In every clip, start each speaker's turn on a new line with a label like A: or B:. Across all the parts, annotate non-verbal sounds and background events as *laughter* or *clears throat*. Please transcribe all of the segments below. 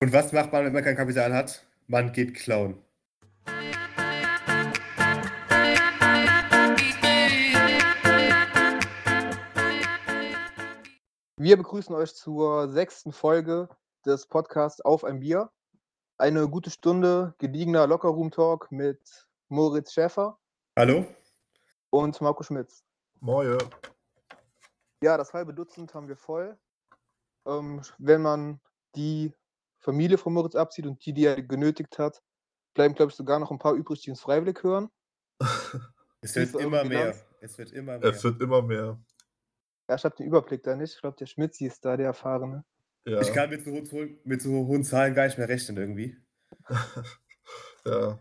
A: Und was macht man, wenn man kein Kapital hat? Man geht klauen.
B: Wir begrüßen euch zur sechsten Folge des Podcasts Auf ein Bier. Eine gute Stunde gediegener Lockerroom-Talk mit Moritz Schäfer
A: Hallo?
B: und Marco Schmitz.
C: Moje.
B: Ja, das halbe Dutzend haben wir voll. Ähm, wenn man die Familie von Moritz abzieht und die, die er genötigt hat, bleiben, glaube ich, sogar noch ein paar übrig, die uns freiwillig hören.
C: *laughs*
A: Es
B: Siehst
A: wird
B: du
A: immer
B: irgendwie
A: mehr.
B: das?
A: Es wird immer mehr.
C: Es wird immer mehr.
B: Ja, ich habe den Überblick da nicht. Ich glaube, der Schmitz ist da, der Erfahrene.
C: Ja.
A: Ich kann mit so, hohen Zahlen- mit so hohen Zahlen gar nicht mehr rechnen irgendwie.
C: ja.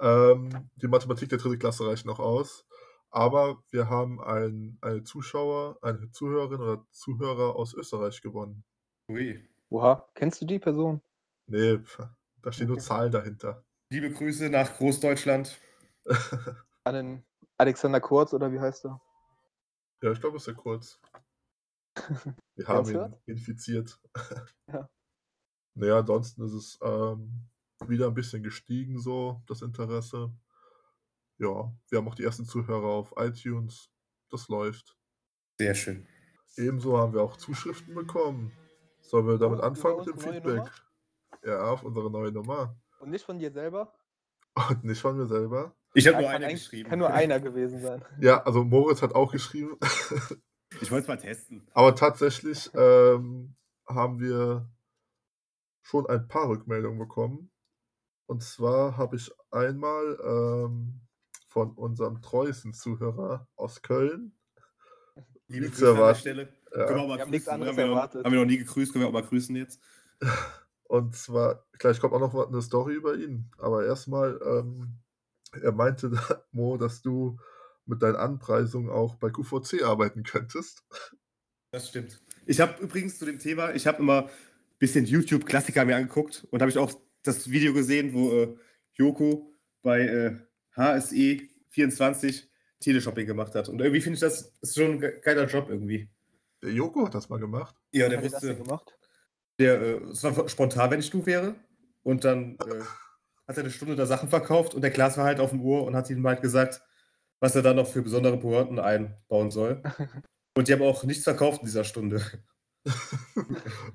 C: Ähm, die Mathematik der dritten Klasse reicht noch aus. Aber wir haben ein, eine Zuschauer, eine Zuhörerin oder Zuhörer aus Österreich gewonnen.
A: Ui.
B: Oha, kennst du die Person?
C: Nee, pf, da stehen nur
B: Okay.
C: Zahlen dahinter. *laughs*
A: Liebe Grüße nach Großdeutschland.
B: An den Alexander Kurz oder wie heißt er?
C: ja, ich glaube, es ist ja
B: *laughs*
C: kurz. Wir haben ihn
B: hört?
C: infiziert.
B: *laughs* Ja.
C: Naja, ansonsten ist es ähm, wieder ein bisschen gestiegen, so das Interesse. Ja, wir haben auch die ersten Zuhörer auf iTunes. Das läuft.
A: Sehr schön.
C: Ebenso haben wir auch Zuschriften bekommen. Sollen wir damit
B: über
C: anfangen mit dem
B: Oh, genau, unsere neue
C: Feedback? Ja, auf unsere neue Nummer.
B: Und nicht von dir selber?
C: Und nicht von mir selber.
A: Ich habe
B: Ja,
A: nur
B: kann
A: eine
B: eigentlich-
A: geschrieben. *laughs*
B: Kann nur einer gewesen sein.
C: Ja, also Moritz hat auch geschrieben.
A: Ich wollte es mal testen.
C: Aber tatsächlich ähm, haben wir schon ein paar Rückmeldungen bekommen. Und zwar habe ich einmal ähm, von unserem treuesten Zuhörer aus Köln.
A: Liebe
C: Nicht zu
A: Grüße an der
C: erwarten.
A: Stelle. Können wir
C: Ja,
A: auch mal
B: Wir haben nichts
A: grüßen.
B: anderes
A: haben, wir noch,
B: erwartet.
A: haben wir noch nie gegrüßt, können wir auch mal grüßen jetzt.
C: und zwar, gleich kommt auch noch eine Story über ihn. Aber erstmal, ähm, er meinte, *laughs* Mo, dass du mit deinen Anpreisungen auch bei QVC arbeiten könntest.
A: Das stimmt. Ich habe übrigens zu dem Thema, ich habe immer ein bisschen YouTube-Klassiker mir angeguckt und habe ich auch das Video gesehen, wo äh, Joko bei äh, HSE 24 Teleshopping gemacht hat. Und irgendwie finde ich das ist schon ein ge- geiler Job irgendwie.
C: Der Joko hat das mal gemacht.
A: Ja,
B: Wer
A: der
B: hat das denn
A: wusste,
B: gemacht?
A: der, äh, es war spontan, wenn ich du wäre. Und dann äh, hat er eine Stunde da Sachen verkauft und der Klaas war halt auf dem Uhr und hat ihm halt gesagt, was er da noch für besondere Pointen einbauen
B: *laughs*
A: soll. Und die haben auch nichts verkauft in dieser Stunde.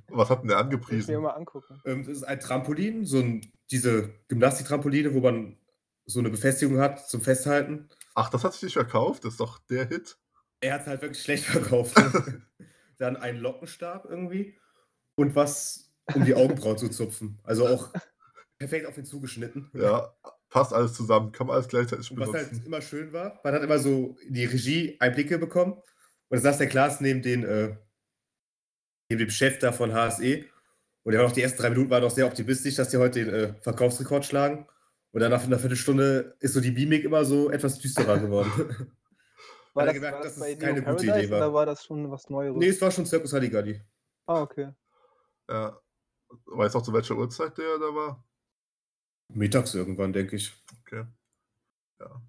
C: Was hat denn der
B: Muss ich mir
C: angepriesen?
B: mal angucken.
A: Ähm, das ist ein Trampolin, so ein, diese Gymnastiktrampoline, wo man so eine Befestigung hat zum Festhalten.
C: Ach, das hat sich nicht verkauft. Das ist doch der Hit.
A: Er hat es halt wirklich schlecht *laughs* verkauft. ne? Dann einen Lockenstab irgendwie und was, um die Augenbrauen zu zupfen. Also auch perfekt auf ihn zugeschnitten.
C: Ja,
A: *laughs*
C: passt alles zusammen. Kann man alles gleichzeitig
A: Und was halt
C: benutzen.
A: immer schön war, man hat immer so in die Regie Einblicke bekommen. Und dann saß der Klaas neben, den, äh, neben dem Chef da von HSE. Und der war noch die ersten drei Minuten war noch sehr optimistisch, dass die heute den äh, Verkaufsrekord schlagen. Und dann nach einer Viertelstunde ist so die Mimik immer so etwas düsterer *laughs* geworden.
B: War
A: Hat er
B: das,
A: gesagt,
B: war das,
A: dass
B: bei
A: es
B: Neo
A: keine gute
B: Paradise
A: Idee war?
B: oder war das schon was Neueres?
A: nee, es war schon Circus Halligalli.
B: Ah, okay.
C: Ja. Weißt du auch, zu welcher Uhrzeit der da war?
A: Mittags irgendwann, denke ich.
C: Okay. Ja.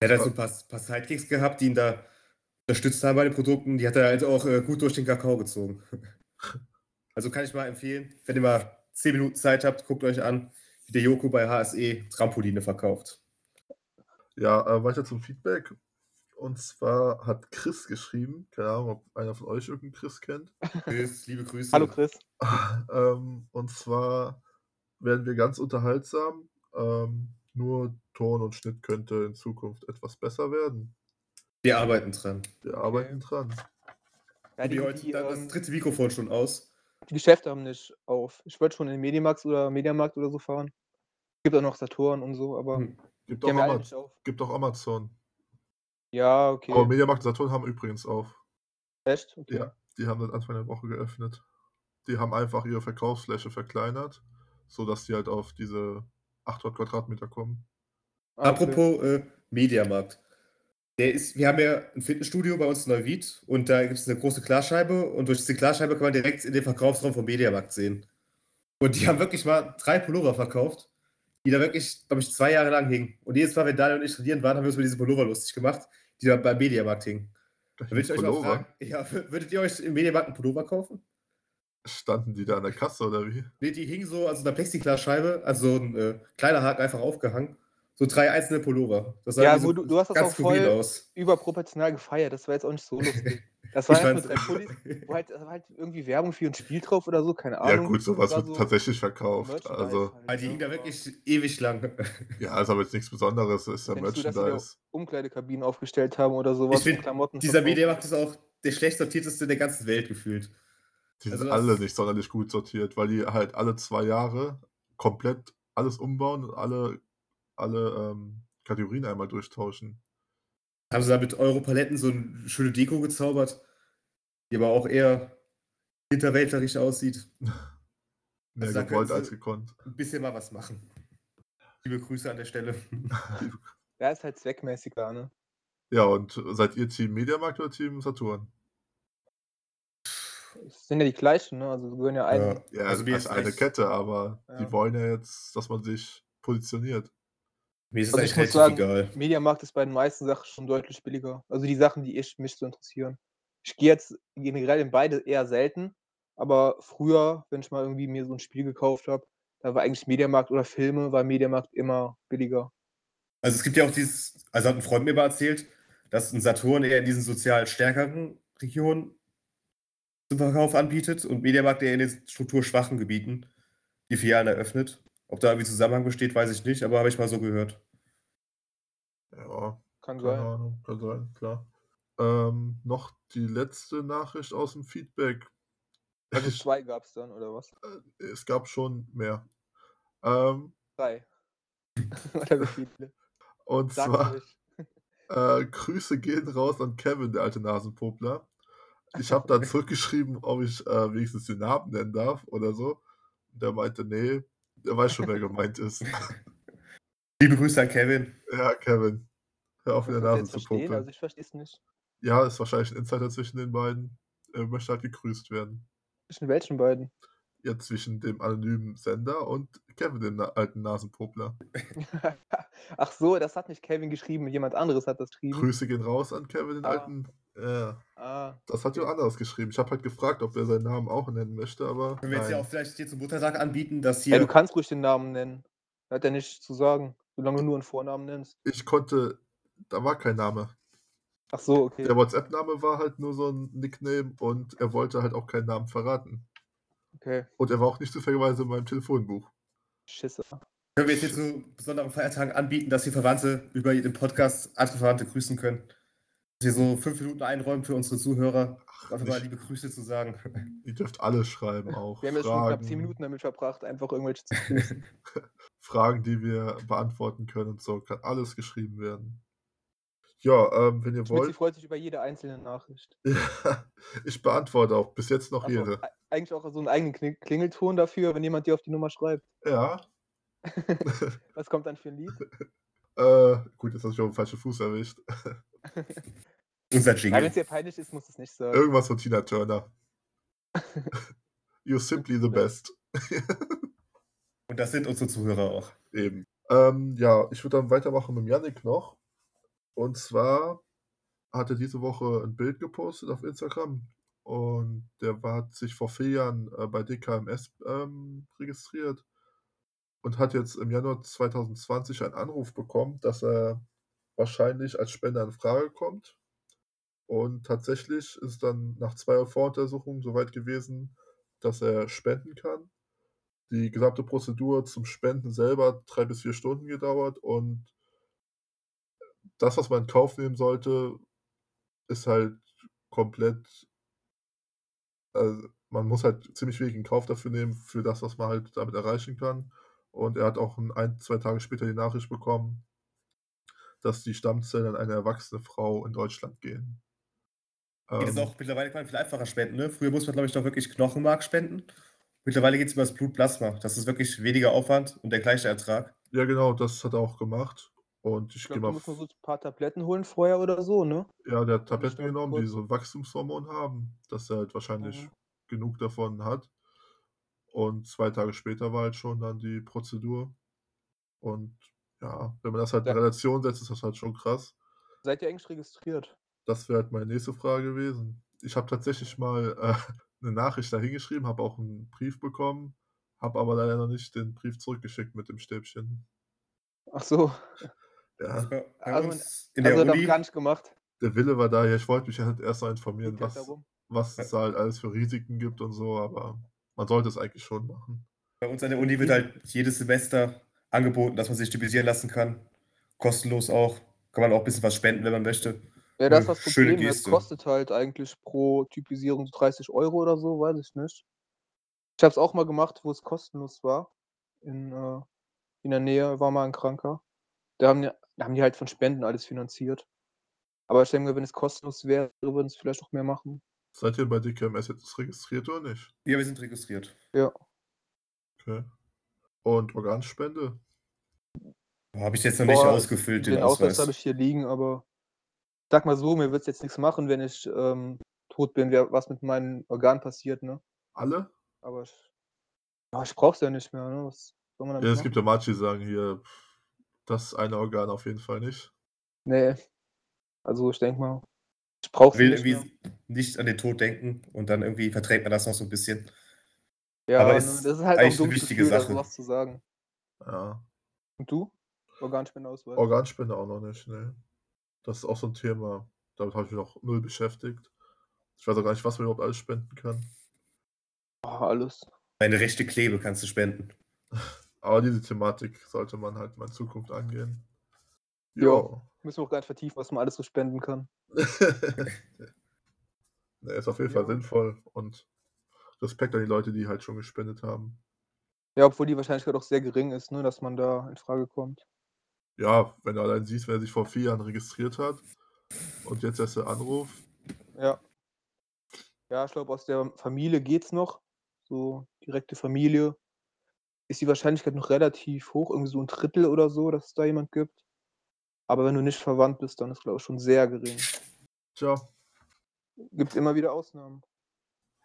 A: Er hat halt so ein paar, paar Sidekicks gehabt, die ihn da unterstützt haben bei den Produkten. Die hat er halt auch äh, gut durch den Kakao gezogen. *laughs* Also kann ich mal empfehlen, wenn ihr mal 10 Minuten Zeit habt, guckt euch an, wie der Joko bei HSE Trampoline
B: *laughs*
A: verkauft.
C: Ja, äh, weiter zum Feedback. Und zwar hat Chris geschrieben, keine Ahnung, ob einer von euch irgendeinen Chris kennt.
A: Chris, liebe Grüße.
B: Hallo Chris.
C: ähm, und zwar werden wir ganz unterhaltsam. Ähm, nur Ton und Schnitt könnte in Zukunft etwas besser werden.
A: Wir arbeiten dran.
C: Wir arbeiten dran.
B: Ja, die,
A: Wie heute,
B: die,
A: da- das
B: ähm,
A: dritte Mikrofon schon aus.
B: die Geschäfte haben nicht auf. Ich wollte schon in den Medimax oder Mediamarkt oder so fahren. Gibt auch noch Saturn und so, aber
A: Hm.
C: Gibt
B: die
C: auch,
B: haben ja alle
C: Ama
B: nicht auf.
C: gibt auch Amazon.
B: Ja, okay.
C: Aber Mediamarkt und Saturn haben übrigens auf.
B: Echt? Okay.
C: Ja, die haben seit Anfang der Woche geöffnet. Die haben einfach ihre Verkaufsfläche verkleinert, sodass die halt auf diese 800 Quadratmeter kommen.
B: Ah, okay.
A: Apropos äh, Mediamarkt. Der ist, wir haben ja ein Fitnessstudio bei uns in Neuwied und da gibt es eine große Klarscheibe und durch diese Klarscheibe kann man direkt in den Verkaufsraum vom Mediamarkt sehen. Und die *laughs* haben wirklich mal drei Pullover verkauft, die da wirklich, glaube ich, zwei Jahre lang hingen. Und jedes Mal, wenn Daniel und ich trainieren waren, haben wir uns über diese Pullover lustig gemacht, die da beim Mediamarkt hingen. Da würde ich euch mal
C: Pullover.
A: fragen, ja, würdet ihr euch im Mediamarkt einen Pullover kaufen?
C: Standen die da an der Kasse oder wie?
A: Nee, die hingen so an so einer Plexiglasscheibe, also so ein äh, kleiner Haken einfach aufgehangen. So drei einzelne Pullover. Das sah
B: Ja,
A: irgendwie
B: gut, du- du hast das
A: ganz
B: auch voll-
A: skurril aus.
B: Überproportional gefeiert. Das war jetzt auch
A: *laughs*
B: nicht so lustig. Das war
A: Ich
B: halt mit
A: fand's-
B: drei Pullis,
A: *laughs*
B: wo halt, da war halt irgendwie Werbung für ein Spiel drauf oder so, keine
C: Ja
B: Ahnung.
C: gut, sowas
B: war
C: wird
B: so
C: tatsächlich verkauft.
B: Merchandise
C: Also,
B: halt,
A: Weil die
B: ne?
A: hingen da wirklich ewig lang.
B: *laughs*
C: ja, ist aber jetzt nichts Besonderes, ist ja
B: Denkst du, dass die
C: Merchandise.
B: Umkleidekabinen aufgestellt haben oder sowas.
A: Ich find,
B: und Klamotten
A: Dieser
B: verkauft.
A: Mediamarkt ist auch der schlecht sortierteste der ganzen Welt gefühlt.
C: Die sind
A: Also das-
C: alle nicht sonderlich gut sortiert, weil die halt alle zwei Jahre komplett alles umbauen und alle, alle ähm, Kategorien einmal durchtauschen.
A: Haben sie da mit Europaletten so eine schöne Deko gezaubert, die aber auch eher hinterwäldlerisch aussieht.
C: Mehr
A: Also da können
C: gewollt
A: sie-
C: als gekonnt.
A: Ein bisschen mal was machen. Liebe Grüße an der Stelle.
B: Ja, ist halt zweckmäßiger, ne?
C: Ja, und seid ihr Team Mediamarkt oder Team Saturn?
B: Es sind ja die gleichen, ne? Also wir gehören ja einem.
A: Ja,
C: Ja,
A: also
C: also
A: mir
C: als
A: ist
C: eine
A: echt-
C: Kette, aber
B: Ja.
C: die wollen ja jetzt, dass man sich positioniert.
A: Mir ist es
B: Also ich
A: eigentlich
B: muss
A: relativ
B: sagen-
A: egal.
B: Mediamarkt ist bei den meisten Sachen schon deutlich billiger. Also die Sachen, die ich, mich so interessieren. Ich gehe jetzt generell in beide eher selten, aber früher, wenn ich mal irgendwie mir so ein Spiel gekauft habe, da war eigentlich Mediamarkt oder Filme, war Mediamarkt immer billiger.
A: Also es gibt ja auch dieses, also hat ein Freund mir mal erzählt, dass ein Saturn eher in diesen sozial stärkeren Regionen zum Verkauf anbietet und Mediamarkt eher in den strukturschwachen Gebieten die Filialen eröffnet. Ob da irgendwie Zusammenhang besteht, weiß ich nicht, aber habe ich mal so gehört.
C: Ja,
B: Kann
C: keine
B: sein.
C: Ahnung, kann sein, klar. Ähm, noch die letzte Nachricht aus dem Feedback.
B: Also zwei gab es dann, oder was?
C: es gab schon mehr. Ähm,
B: Drei. *laughs* oder wie viele?
C: und
B: Sag
C: zwar.
B: ruhig.
C: Äh, Grüße gehen raus an Kevin, der alte Nasenpopler. Ich habe da *laughs* zurückgeschrieben, ob ich äh, wenigstens den Namen nennen darf oder so. Der meinte, nee, der weiß schon, wer gemeint ist.
A: Liebe Grüße an Kevin.
C: ja, Kevin. Hör auf,
B: Muss
C: in der
B: man's
C: Nase
B: jetzt
C: zu
B: verstehen?
C: popeln.
B: Also ich verstehe es nicht.
C: ja, ist wahrscheinlich ein Insider zwischen den beiden. Er möchte halt gegrüßt werden.
B: Zwischen welchen beiden?
C: Ja, zwischen dem anonymen Sender und Kevin, dem na alten Nasenpopler.
B: Ach so, das hat nicht Kevin geschrieben, jemand anderes hat das geschrieben.
C: Grüße gehen raus an Kevin, den
B: Mhm. Ah.
C: alten. Ja,
B: Ah,
C: das hat jemand anderes geschrieben. Ich habe halt gefragt, ob er seinen Namen auch nennen möchte, aber.
A: Können wir jetzt ja auch vielleicht hier zum Muttertag anbieten, dass hier.
B: Ja, du kannst ruhig den Namen nennen. Da hat er nichts zu sagen, solange du nur einen Vornamen nennst.
C: ich konnte, da war kein Name.
B: Ach so, okay.
C: Der WhatsApp-Name war halt nur so ein Nickname und er wollte halt auch keinen Namen verraten.
B: Okay,
C: Und er war auch nicht zufälligerweise in meinem Telefonbuch.
B: Schisse.
A: können wir jetzt hier zu besonderen Feiertagen anbieten, dass hier Verwandte über den Podcast andere Verwandte grüßen können? Dass wir so fünf Minuten einräumen für unsere Zuhörer, einfach mal
C: nicht.
A: liebe Grüße zu sagen. *laughs*
C: Ihr dürft alle schreiben auch.
B: Wir haben jetzt schon
C: Fragen,
B: knapp 10 Minuten damit verbracht, einfach irgendwelche zu grüßen.
C: Fragen, die wir beantworten können und so, kann alles geschrieben werden. Ja, ähm, wenn ihr
B: Schmitzi
C: wollt,
B: freut sich über jede einzelne Nachricht.
C: *laughs* ich beantworte auch bis jetzt noch
B: Ach so,
C: jede.
B: e- eigentlich auch so einen eigenen Kling- Klingelton dafür, wenn jemand dir auf die Nummer schreibt.
C: Ja,
B: Was kommt dann für ein Lied?
C: äh, gut, jetzt habe ich auf den falschen Fuß erwischt.
A: Unser
B: Ja, wenn es
A: Jingle.
B: dir peinlich ist, musst du es nicht sagen.
C: Irgendwas von
B: *laughs*
C: Tina Turner. *laughs* You're simply the best.
A: Und das sind unsere Zuhörer auch.
C: Eben. Ähm, ja, ich würde dann weitermachen mit dem Yannick noch. Und zwar hat er diese Woche ein Bild gepostet auf Instagram. Und der war, hat sich vor vier Jahren äh, bei DKMS ähm, registriert und hat jetzt im Januar 2020 einen Anruf bekommen, dass er wahrscheinlich als Spender in Frage kommt. Und tatsächlich ist dann nach zwei Voruntersuchungen soweit gewesen, dass er spenden kann die gesamte Prozedur zum Spenden selber hat drei bis vier Stunden gedauert und das, was man in Kauf nehmen sollte, ist halt komplett. Also man muss halt ziemlich wenig in Kauf dafür nehmen, für das, was man halt damit erreichen kann. Und er hat auch ein, ein zwei Tage später die Nachricht bekommen, dass die Stammzellen an eine erwachsene Frau in Deutschland gehen.
A: Geht es
C: Ähm,
A: auch mittlerweile kann man viel einfacher spenden, ne? Früher musste man, glaube ich, noch wirklich Knochenmark spenden. Mittlerweile geht es über das Blutplasma. Das ist wirklich weniger Aufwand und der gleiche Ertrag.
C: ja, genau, das hat er auch gemacht. Und ich,
B: Ich
C: gehe
B: glaube, du
C: mal.
B: musst nur so ein paar Tabletten holen vorher oder so, ne?
C: Ja, der
B: Kann
C: hat
B: ich
C: Tabletten
B: da
C: genommen, die
B: kurz-
C: so Wachstumshormon haben, dass er halt wahrscheinlich
B: Mhm.
C: genug davon hat. Und zwei Tage später war halt schon dann die Prozedur. Und ja, wenn man das halt
B: Ja.
C: in Relation setzt, ist das halt schon krass.
B: Seid ihr eigentlich registriert?
C: Das wäre halt meine nächste Frage gewesen. Ich habe tatsächlich mal äh, *laughs* eine Nachricht da hingeschrieben, habe auch einen Brief bekommen, habe aber leider noch nicht den Brief zurückgeschickt mit dem Stäbchen.
B: Ach so,
C: Ja,
A: Bei
B: Also-
A: uns in der
B: also hat er
A: Uni,
B: gar nicht gemacht.
C: der Wille war da. Ja, ich wollte mich halt erst mal informieren,
B: Liegt halt
C: was,
B: darum.
C: was es da halt alles für Risiken gibt und so, aber man sollte es eigentlich schon machen.
A: bei uns an der Uni wird halt jedes Semester angeboten, dass man sich stipendisieren lassen kann. Kostenlos auch. Kann man auch ein bisschen was spenden, wenn man möchte.
B: Ja, das ist
A: eine
B: das
A: Hm, schöne
B: Problem. Das
A: Geste.
B: kostet halt eigentlich pro Typisierung 30 Euro oder so, weiß ich nicht. Ich habe es auch mal gemacht, wo es kostenlos war. In, äh, in der Nähe war mal ein Kranker. Da haben, die, da haben die halt von Spenden alles finanziert. Aber ich denke, mir, wenn es kostenlos wäre, würden es vielleicht auch mehr machen.
C: Seid ihr bei DKMS jetzt registriert oder nicht?
A: Ja, wir sind registriert.
C: Okay. Und Organspende?
A: Habe ich jetzt noch nicht
B: Boah,
A: ausgefüllt, den,
B: Den Ausweis
A: Ausweis.
B: habe ich hier liegen, aber sag mal so, mir wird es jetzt nichts machen, wenn ich ähm, tot bin, wer- was mit meinen Organen passiert, ne?
C: Alle?
B: Aber ich, ja, ich brauch's ja nicht mehr, ne? Was soll man damit
C: Ja, es
B: machen?
C: gibt ja Machi, die sagen hier, pff, das eine Organ auf jeden Fall nicht.
B: Nee. Also ich denke mal, ich brauche
A: will
B: nicht. mehr.
A: irgendwie nicht an den Tod denken und dann irgendwie verträgt man das noch so ein bisschen.
B: Ja,
A: aber
B: ne,
A: ist
B: das ist halt
A: eigentlich
B: auch ein
A: eine
B: dummes
A: wichtige
B: Gefühl, da
A: Sache.
B: sowas zu sagen.
C: Ja.
B: Und du? Oh, Organspendeausweis.
C: Organspende auch noch nicht, ne. Das ist auch so ein Thema. Damit habe ich mich noch null beschäftigt. Ich weiß auch gar nicht, was man überhaupt alles spenden kann.
B: Ah, alles.
A: Deine rechte Klebe kannst du spenden.
C: Aber diese Thematik sollte man halt mal in Zukunft angehen.
B: Jo. Müssen wir auch gar nicht vertiefen, was man alles so spenden kann.
C: *laughs* ne, ist auf jeden Fall
B: Ja.
C: sinnvoll und Respekt an die Leute, die halt schon gespendet haben.
B: Ja, obwohl die Wahrscheinlichkeit auch sehr gering ist, ne, dass man da in Frage kommt.
C: Ja, wenn du allein siehst, wer sich vor vier Jahren registriert hat und jetzt erst der Anruf.
B: Ja. Ja, ich glaube, aus der Familie geht's noch. So direkte Familie. Ist die Wahrscheinlichkeit noch relativ hoch, irgendwie so ein Drittel oder so, dass es da jemand gibt. Aber wenn du nicht verwandt bist, dann ist, glaube ich, schon sehr gering.
C: Tja,
B: Gibt es immer wieder Ausnahmen.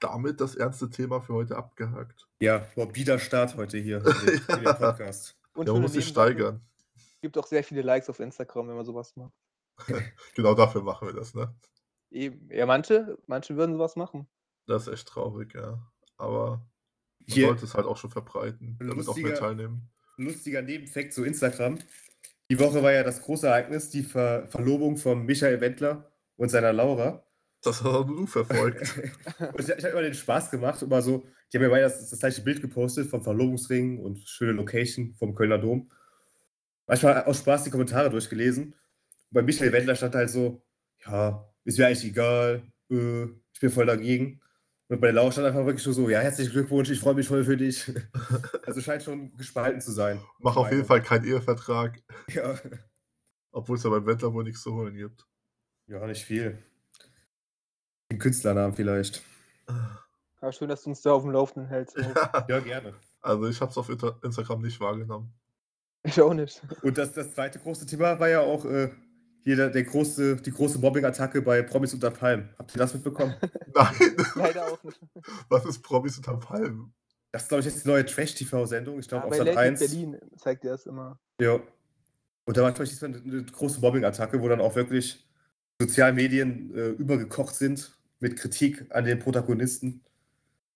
C: damit das ernste Thema für heute abgehakt.
A: Ja, morbider Start heute hier in dem, in
C: Ja.
A: dem Podcast.
B: Und für
C: ja, man
B: eine
C: muss sich
B: Nebensache
C: steigern.
B: Gibt auch sehr viele Likes auf Instagram, wenn man sowas macht.
C: Genau dafür machen wir das, ne?
B: Eben. Ja, manche, manche würden sowas machen.
C: Das ist echt traurig, ja. Aber man
A: Hier,
C: sollte es halt auch schon verbreiten, damit auch mehr
A: Lustiger-
C: teilnehmen.
A: lustiger Nebenfakt zu Instagram. Die Woche war ja das große Ereignis, die Ver Verlobung von Michael Wendler und seiner Laura.
C: Das hast auch nur du
B: *laughs*
C: verfolgt.
A: Und ich ich habe immer den Spaß gemacht, immer so, die haben ja beide das, das gleiche Bild gepostet vom Verlobungsring und schöne Location vom Kölner Dom. Manchmal aus Spaß die Kommentare durchgelesen. Und bei Michael Wendler stand halt so, ja, ist mir eigentlich egal, äh, ich bin voll dagegen. Und bei der Laura stand einfach wirklich nur so, ja, herzlichen Glückwunsch, ich freue mich voll für dich. *laughs* Also scheint schon gespalten zu sein.
C: Mach auf
A: Meinung.
C: jeden Fall keinen Ehevertrag,
A: Ja,
C: obwohl es ja beim Wendler wohl nichts zu holen gibt.
A: ja nicht viel. Den Künstlernamen vielleicht.
C: *laughs*
B: Ja, schön, dass du uns da auf dem Laufenden hältst. auch.
A: Ja, gerne.
C: Also ich habe es auf Inter Instagram nicht wahrgenommen.
B: *laughs* Ich
A: *laughs*
B: auch nicht.
A: Und das, das zweite große Thema war ja auch äh, hier der, der große, die große Mobbing-Attacke bei Promis unter Palmen. Habt ihr das
B: *laughs*
A: mitbekommen?
C: *laughs* Nein,
B: Leider auch nicht.
C: was ist Promis unter Palmen?
A: Das ist, glaube ich, jetzt die neue Trash-TV-Sendung. Ich glaube, auf
B: bei
A: Sat
B: Late
A: 1.
B: Berlin zeigt er es immer.
A: Ja. Und da war, glaube ich, diesmal eine, eine große Mobbing-Attacke, wo dann auch wirklich Sozialmedien äh, übergekocht sind mit Kritik an den Protagonisten.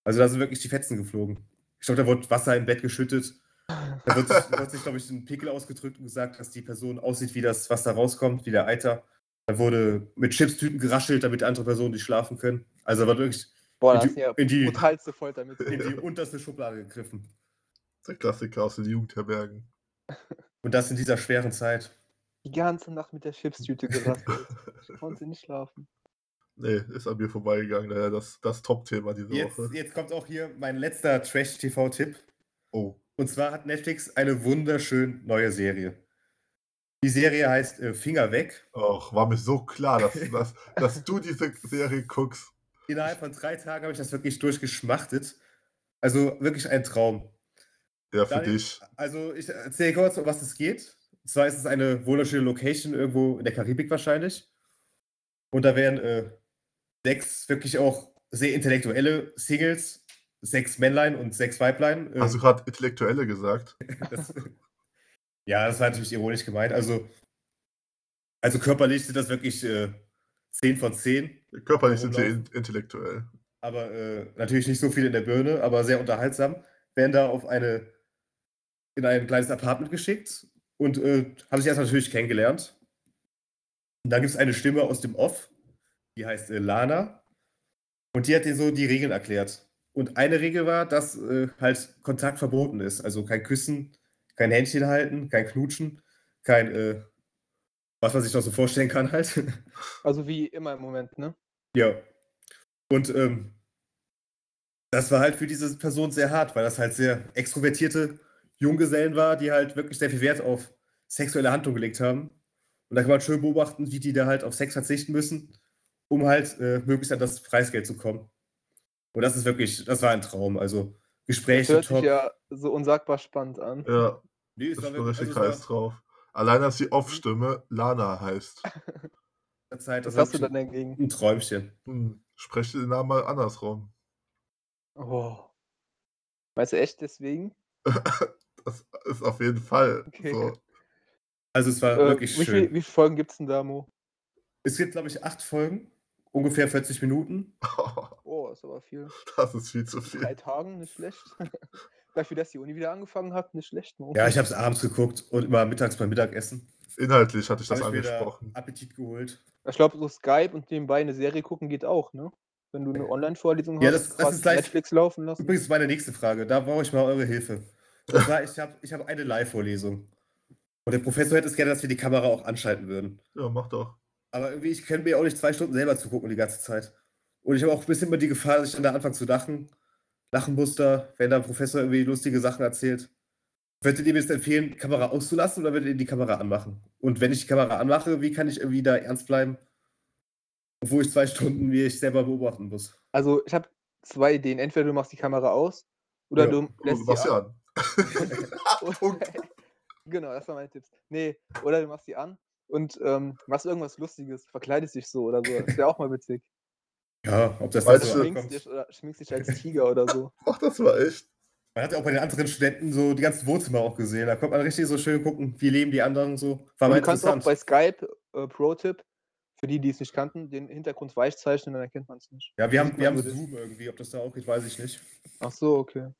A: Also da sind wirklich die Fetzen geflogen. Ich glaube, da wurde Wasser im Bett geschüttet. Da wird, wird sich, glaube ich, ein Pickel ausgedrückt und gesagt, dass die Person aussieht wie das, was da rauskommt, wie der Eiter. Da wurde mit Chipstüten geraschelt, damit andere Personen nicht schlafen können. Also da wird wirklich
B: Boah,
A: in
B: da ist
A: die,
B: ja
A: in, die,
B: brutalste Folter mit.
A: in die unterste Schublade gegriffen.
C: Der Klassiker aus den Jugendherbergen.
A: Und das in dieser schweren Zeit.
B: Die ganze Nacht mit der Chipstüte gerasselt. Ich konnte nicht schlafen.
C: Nee, ist an mir vorbeigegangen, daher das, das Top-Thema diese
A: Jetzt,
C: Woche.
A: jetzt kommt auch hier mein letzter Trash-TV-Tipp.
C: Oh,
A: Und zwar hat Netflix eine wunderschön neue Serie. Die Serie heißt äh, Finger weg.
C: och, war mir so klar, dass,
A: *laughs*
C: dass, dass du diese Serie guckst.
A: Innerhalb von drei Tagen habe ich das wirklich durchgeschmachtet. Also wirklich ein Traum.
C: Ja, für
A: Daniel-
C: dich.
A: Also ich erzähle kurz, um was es geht. Und zwar ist es eine wunderschöne Location irgendwo in der Karibik wahrscheinlich. Und da werden äh, sechs wirklich auch sehr intellektuelle Singles, sechs Männlein und sechs Weiblein. äh,
C: Hast du gerade Also, Intellektuelle gesagt?
A: Das, *laughs* ja, das war natürlich ironisch gemeint. Also, also körperlich sind das wirklich äh, 10 von 10.
C: Körperlich sind sie
A: Warum
C: in- intellektuell.
A: aber äh, natürlich nicht so viel in der Birne, aber sehr unterhaltsam, werden da auf eine, in ein kleines Apartment geschickt und äh, haben sich erst natürlich kennengelernt. Und dann gibt es eine Stimme aus dem Off, die heißt äh, Lana, und die hat denen so die Regeln erklärt. Und eine Regel war, dass äh, halt Kontakt verboten ist. Also kein Küssen, kein Händchen halten, kein Knutschen, kein, äh, was man sich noch so vorstellen kann halt.
B: Also wie immer im Moment, ne?
A: Ja. Und ähm, das war halt für diese Person sehr hart, weil das halt sehr extrovertierte Junggesellen war, die halt wirklich sehr viel Wert auf sexuelle Handlung gelegt haben. Und da kann man schön beobachten, wie die da halt auf Sex verzichten müssen, um halt äh, möglichst an das Preisgeld zu kommen. Und das ist wirklich, das war ein Traum. Also
B: Das
A: Gespräche
B: hört sich ja so unsagbar spannend an.
C: Ja,
A: Nee, es
C: ich
A: war
C: bin
A: wirklich, also
C: richtig
A: es war Mhm.
C: heiß drauf. Allein, dass die Off-Stimme
A: *laughs*
C: Lana heißt.
A: in der Zeit, das
B: Was
A: war
B: hast
A: wirklich
B: du dann dagegen?
A: ein Träumchen.
C: Hm, sprecht den Namen mal andersrum. *laughs*
B: Oh. Weißt du echt deswegen?
C: Das ist auf jeden Fall
B: Okay.
C: so.
A: Also es war
B: Äh,
A: wirklich
B: wie,
A: schön.
B: viel, wie viele Folgen gibt es denn da, Mo?
A: Es gibt, glaube ich, acht Folgen, ungefähr 40 Minuten.
C: *laughs*
B: Oh, ist aber viel.
C: Das ist viel zu
B: Drei
C: viel.
B: Tagen, nicht schlecht. *laughs* Dafür, dass die Uni wieder angefangen hat, nicht schlecht, ne? Mo.
A: Ja, ich habe es abends geguckt und immer mittags beim Mittagessen.
C: Inhaltlich hatte ich das
A: Hab ich mir da
C: angesprochen.
A: Appetit geholt.
B: Ich glaube, so Skype und nebenbei eine Serie gucken geht auch, ne? Wenn du eine Online-Vorlesung
A: Ja,
B: hast,
A: das- das ist gleich-
B: Netflix laufen lassen.
A: Übrigens meine nächste Frage, da brauche ich mal eure Hilfe. Und
C: *laughs*
A: zwar, ich habe ich hab eine Live-Vorlesung. Und der Professor hätte es gerne, dass wir die Kamera auch anschalten würden.
C: Ja, mach doch.
A: Aber irgendwie, ich kann mir auch nicht zwei Stunden selber zugucken die ganze Zeit. Und ich habe auch ein bisschen immer die Gefahr, dass ich dann da anfange zu lachen. Lachen muss da, wenn der Professor irgendwie lustige Sachen erzählt. Würdet ihr mir jetzt empfehlen, Kamera auszulassen oder würdet ihr die Kamera anmachen? Und wenn ich die Kamera anmache, wie kann ich irgendwie da ernst bleiben, obwohl ich zwei Stunden mir ich selber beobachten muss?
B: Also, ich habe zwei Ideen. Entweder du machst die Kamera aus oder
A: Ja,
B: du
C: Du
B: lässt
C: machst
B: sie
C: Oh, sie
B: an.
C: an.
B: *laughs*
C: Punkt.
B: genau, das waren meine Tipps. Nee, oder du machst sie an und ähm, machst irgendwas Lustiges, verkleidest dich so oder so. Das wäre auch mal witzig. Also
A: Ja, ob das
C: Weißt
A: dann so
C: du-
B: Schminkst
A: ankommt.
B: dich, oder, schminkst dich als Tiger oder so.
C: Mach das mal echt.
A: Man hat ja auch bei den anderen Studenten so die ganzen Wohnzimmer auch gesehen. Da kommt man richtig so schön gucken, wie leben die anderen so. War
B: Und
A: mal
B: du kannst auch
A: interessant.
B: bei Skype, äh, Pro-Tipp, für die, die es nicht kannten, den Hintergrund weich zeichnen, dann erkennt man es nicht.
A: ja, wir haben, wir haben
B: Also das-
A: Zoom irgendwie. Ob das da auch geht, weiß ich nicht.
B: Ach so, okay. Dann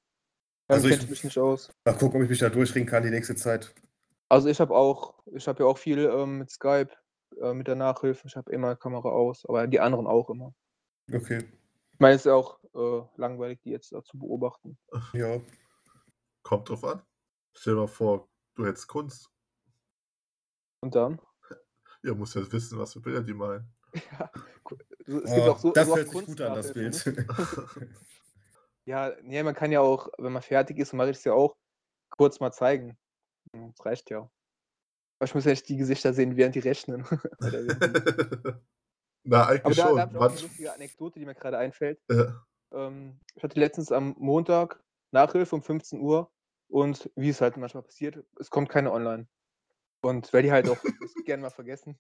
A: Also
B: also
A: ich-
B: kenne ich mich nicht aus.
A: Mal gucken, ob ich mich da durchringen kann die nächste Zeit.
B: Also ich habe auch, ich habe ja auch viel ähm, mit Skype, äh, mit der Nachhilfe. Ich habe immer Kamera aus, aber die anderen auch immer.
A: Okay.
B: Ich meine, es ist ja auch äh, langweilig, die jetzt da zu beobachten.
A: Ja.
C: Kommt drauf an. Stell dir mal vor, du hättest Kunst.
B: Und dann?
C: Ihr musst ja wissen, was für Bilder die meinen.
B: So, es
A: Oh, das
B: auch
A: hört sich gut an, das
B: Kunstnachhilfe, ne?
A: Bild.
B: Ja, nee, man kann ja auch, wenn man fertig ist, und mache ich es ja auch, kurz mal zeigen. Ja, Das reicht ja. Aber ich muss ja nicht die Gesichter sehen, während die rechnen. *laughs* Oder während
C: *laughs*
B: die-
C: *laughs* Na, eigentlich
B: Aber da,
C: schon.
B: da habe ich auch eine
C: Manch-
B: lustige Anekdote, die mir gerade einfällt.
C: *laughs* äh,
B: Ähm, ich hatte letztens am Montag Nachhilfe um 15 Uhr und wie es halt manchmal passiert, es kommt keine online. Und weil die
A: *laughs*
B: halt auch das gerne mal vergessen.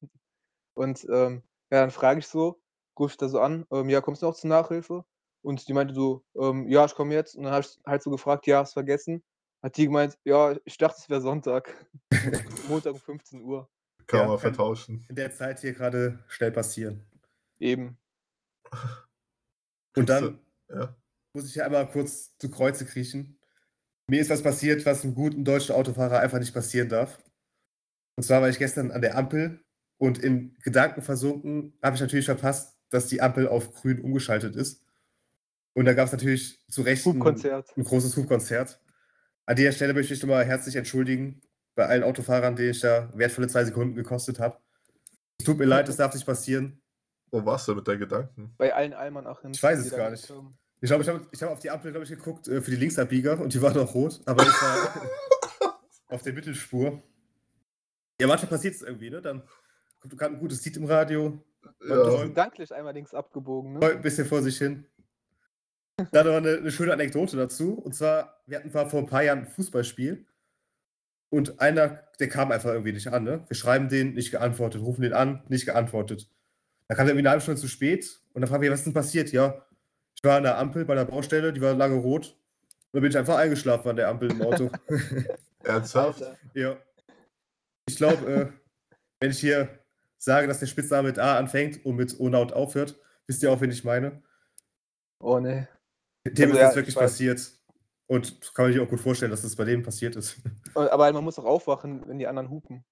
B: Und ähm, ja, dann frage ich so, rufe ich da so an, ähm, ja, kommst du noch zur Nachhilfe? Und die meinte so, ähm, ja, ich komme jetzt. Und dann habe ich halt so gefragt, ja, hast vergessen? Hat die gemeint, ja, ich dachte, es wäre Sonntag. *laughs* Montag um 15 Uhr.
C: kann
A: Ja,
C: man
A: kann-
C: vertauschen.
A: *laughs* In der Zeit hier gerade schnell passieren.
B: Eben.
A: Mhm. Und dann
C: Ja.
A: muss ich ja einmal kurz zu Kreuze kriechen. Mir ist was passiert, was einem guten deutschen Autofahrer einfach nicht passieren darf. Und zwar war ich gestern an der Ampel und in Gedanken versunken, habe ich natürlich verpasst, dass die Ampel auf grün umgeschaltet ist. Und da gab es natürlich zu Recht ein
B: Hubkonzert.
A: ein großes Hubkonzert. An dieser Stelle möchte ich mich nochmal herzlich entschuldigen bei allen Autofahrern, denen ich da wertvolle zwei Sekunden gekostet habe. Es tut mir leid, das darf nicht passieren.
C: Wo warst du mit deinen Gedanken?
B: Bei allen Almanachen.
A: Ich weiß es gar nicht.
B: Haben.
A: Ich glaube, ich habe ich hab auf die Ampel, glaube ich, geguckt äh, für die Linksabbieger und die war noch rot, aber ich war auf der Mittelspur. Ja, manchmal passiert es irgendwie, ne? Dann kommt gerade ein gutes Lied im Radio,
B: Die
A: Ja.
B: sind danklich einmal links abgebogen, ne?
A: heult ein bisschen vor sich hin. Dann noch eine, eine schöne Anekdote dazu. Und zwar, wir hatten mal vor ein paar Jahren ein Fußballspiel und einer, der kam einfach irgendwie nicht an. Ne? Wir schreiben den, nicht geantwortet, rufen den an, nicht geantwortet. Da kam der irgendwie eine halbe Stunde zu spät und dann fragen wir, was ist denn passiert? Ja, ich war an der Ampel bei der Baustelle, die war lange rot. Und dann bin ich einfach eingeschlafen an der Ampel im Auto.
C: Ernsthaft?
B: Alter.
A: Ja. Ich glaube, äh, wenn ich hier sage, dass der Spitzname mit A anfängt und mit O-Laut aufhört, wisst ihr auch, wen ich meine.
B: Oh ne.
A: Dem
B: Also
A: ist
B: ja,
A: das wirklich
B: ich weiß.
A: passiert. Und kann man sich auch gut vorstellen, dass das bei dem passiert ist. *laughs*
B: Äh, Aber halt, man muss auch aufwachen, wenn die anderen hupen.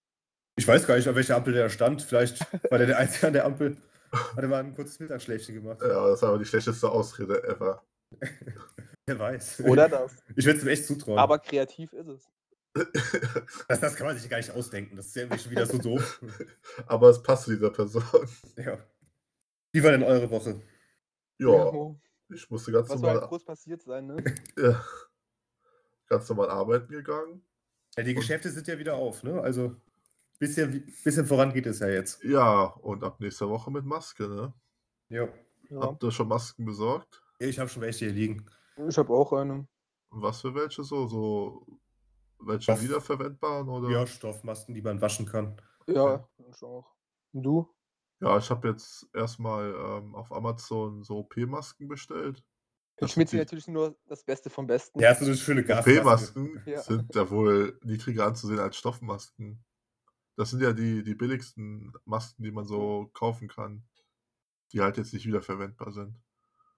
A: Ich weiß gar nicht, an welcher Ampel der stand. Vielleicht war der der Einzige an der Ampel. Hat er mal ein kurzes Mittagsschläfchen gemacht.
C: Ja, das ist aber die schlechteste Ausrede ever. *laughs*
A: Wer weiß.
B: Oder das.
A: *laughs* Ich würde es ihm echt zutrauen.
B: Aber kreativ ist es.
A: das, das kann man sich gar nicht ausdenken. Das ist ja wirklich wieder so doof. *laughs*
C: aber es passt zu dieser Person. *laughs*
A: ja. Wie war denn eure Woche?
C: Ja,
B: Mo,
C: ich musste ganz
B: Was soll halt
C: normal,
B: groß passiert sein, ne?
C: ja, ganz normal arbeiten gegangen.
A: Ja, die Geschäfte sind ja wieder auf, ne? Also bisschen, bisschen voran geht es ja jetzt.
C: Ja, und ab nächster Woche mit Maske, ne?
A: Ja.
B: Ja.
C: Habt ihr schon Masken besorgt?
A: Ich habe schon welche hier liegen.
B: Ich habe auch eine.
C: Was für welche so? So welche
A: Was?
C: wiederverwendbaren oder?
A: Ja, Stoffmasken, die man waschen kann.
B: Ja, ich auch. Und du?
C: Ja, ich habe jetzt erstmal ähm, auf Amazon so OP-Masken bestellt.
B: Ich
C: sind
B: schmitze
C: die-
B: natürlich nur das Beste vom Besten.
A: Ja, so eine schöne Gasmaske.
C: OP-Masken
B: Ja.
C: sind ja wohl niedriger anzusehen als Stoffmasken. Das sind ja die, die billigsten Masken, die man so kaufen kann, die halt jetzt nicht wiederverwendbar sind.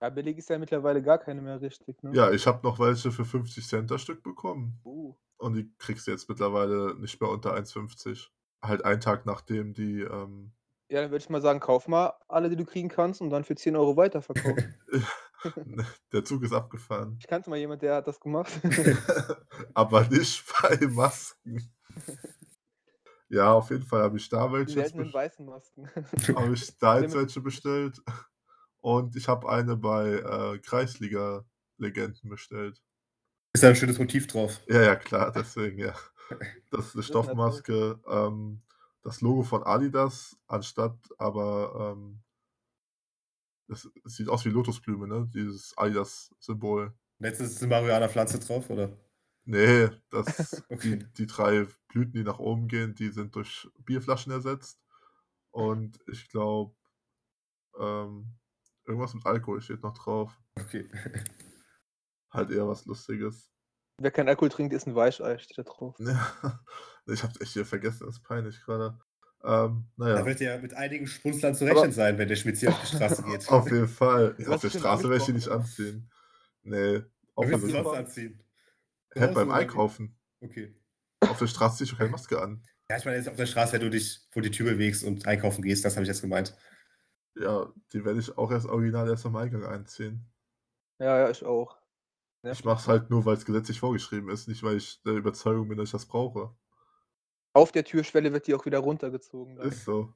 B: Ja, billig ist ja mittlerweile gar keine mehr richtig, ne?
C: Ja, ich habe noch welche für 50 Cent das Stück bekommen.
B: Uh,
C: Und die kriegst du jetzt mittlerweile nicht mehr unter 1,50. Halt einen Tag nachdem die. Ähm,
B: Ja, dann würde ich mal sagen, kauf mal alle, die du kriegen kannst und dann für 10 Euro weiterverkaufen.
C: der Zug ist abgefahren.
B: ich kannte mal jemand, der hat das gemacht.
C: Aber nicht *laughs* bei Masken. Ja, auf jeden Fall habe ich da
B: Die
C: welche, jetzt
B: seltenen
C: best-
B: weißen Masken. *laughs*
C: hab *laughs* ich da jetzt
B: Limit-
C: welche bestellt. Und ich habe eine bei äh, Kreisliga-Legenden bestellt.
A: *laughs* Ist da ein schönes Motiv drauf.
C: Ja, ja, klar, deswegen, ja. *laughs* Das ist eine
B: ist natürlich-
C: Stoffmaske. Ähm, das Logo von Adidas anstatt, aber ähm, das sieht aus wie Lotusblume, ne? Dieses Adidas-Symbol.
A: Letztens ist eine Marihuana-Pflanze drauf, oder?
C: Nee, das,
A: Okay.
C: die, die drei Blüten, die nach oben gehen, die sind durch Bierflaschen ersetzt. Und ich glaube, ähm, irgendwas mit Alkohol steht noch drauf.
A: Okay.
C: Halt eher was Lustiges. *laughs*
B: Wer keinen Alkohol trinkt, ist ein Weichei, steht da drauf.
C: Ne. Ja, ich hab's echt hier vergessen, das ist peinlich gerade. Ähm,
A: Da
C: naja,
A: wird ja mit einigen Spunzlern zu rechnen
B: Aber-
A: sein, wenn der Schmitz hier auf die Straße geht.
C: *laughs* auf jeden
A: *laughs*
C: Fall.
B: hast
C: Ja, auf der
B: dich denn
C: Straße werde ich die nicht
B: angesprochen,
C: anziehen. Nee, auf
A: willst du
C: jeden
A: sonst
C: Fall.
A: anziehen? Zu
C: Hä,
A: Hause
C: beim
A: oder wie?
C: Einkaufen.
A: Okay.
C: Auf der Straße zieh ich doch keine Maske an.
A: Ja, ich meine, jetzt auf der Straße, wenn du dich vor die Tür bewegst und einkaufen gehst, das habe ich jetzt gemeint.
C: Ja, die werde ich auch erst original erst am Eingang einziehen.
B: Ja, ja, ich auch. Ja.
C: Ich mache es halt nur, weil es gesetzlich vorgeschrieben ist, nicht weil ich der Überzeugung bin, dass ich das brauche.
B: Auf der Türschwelle wird die auch wieder runtergezogen. dann.
C: Ist so.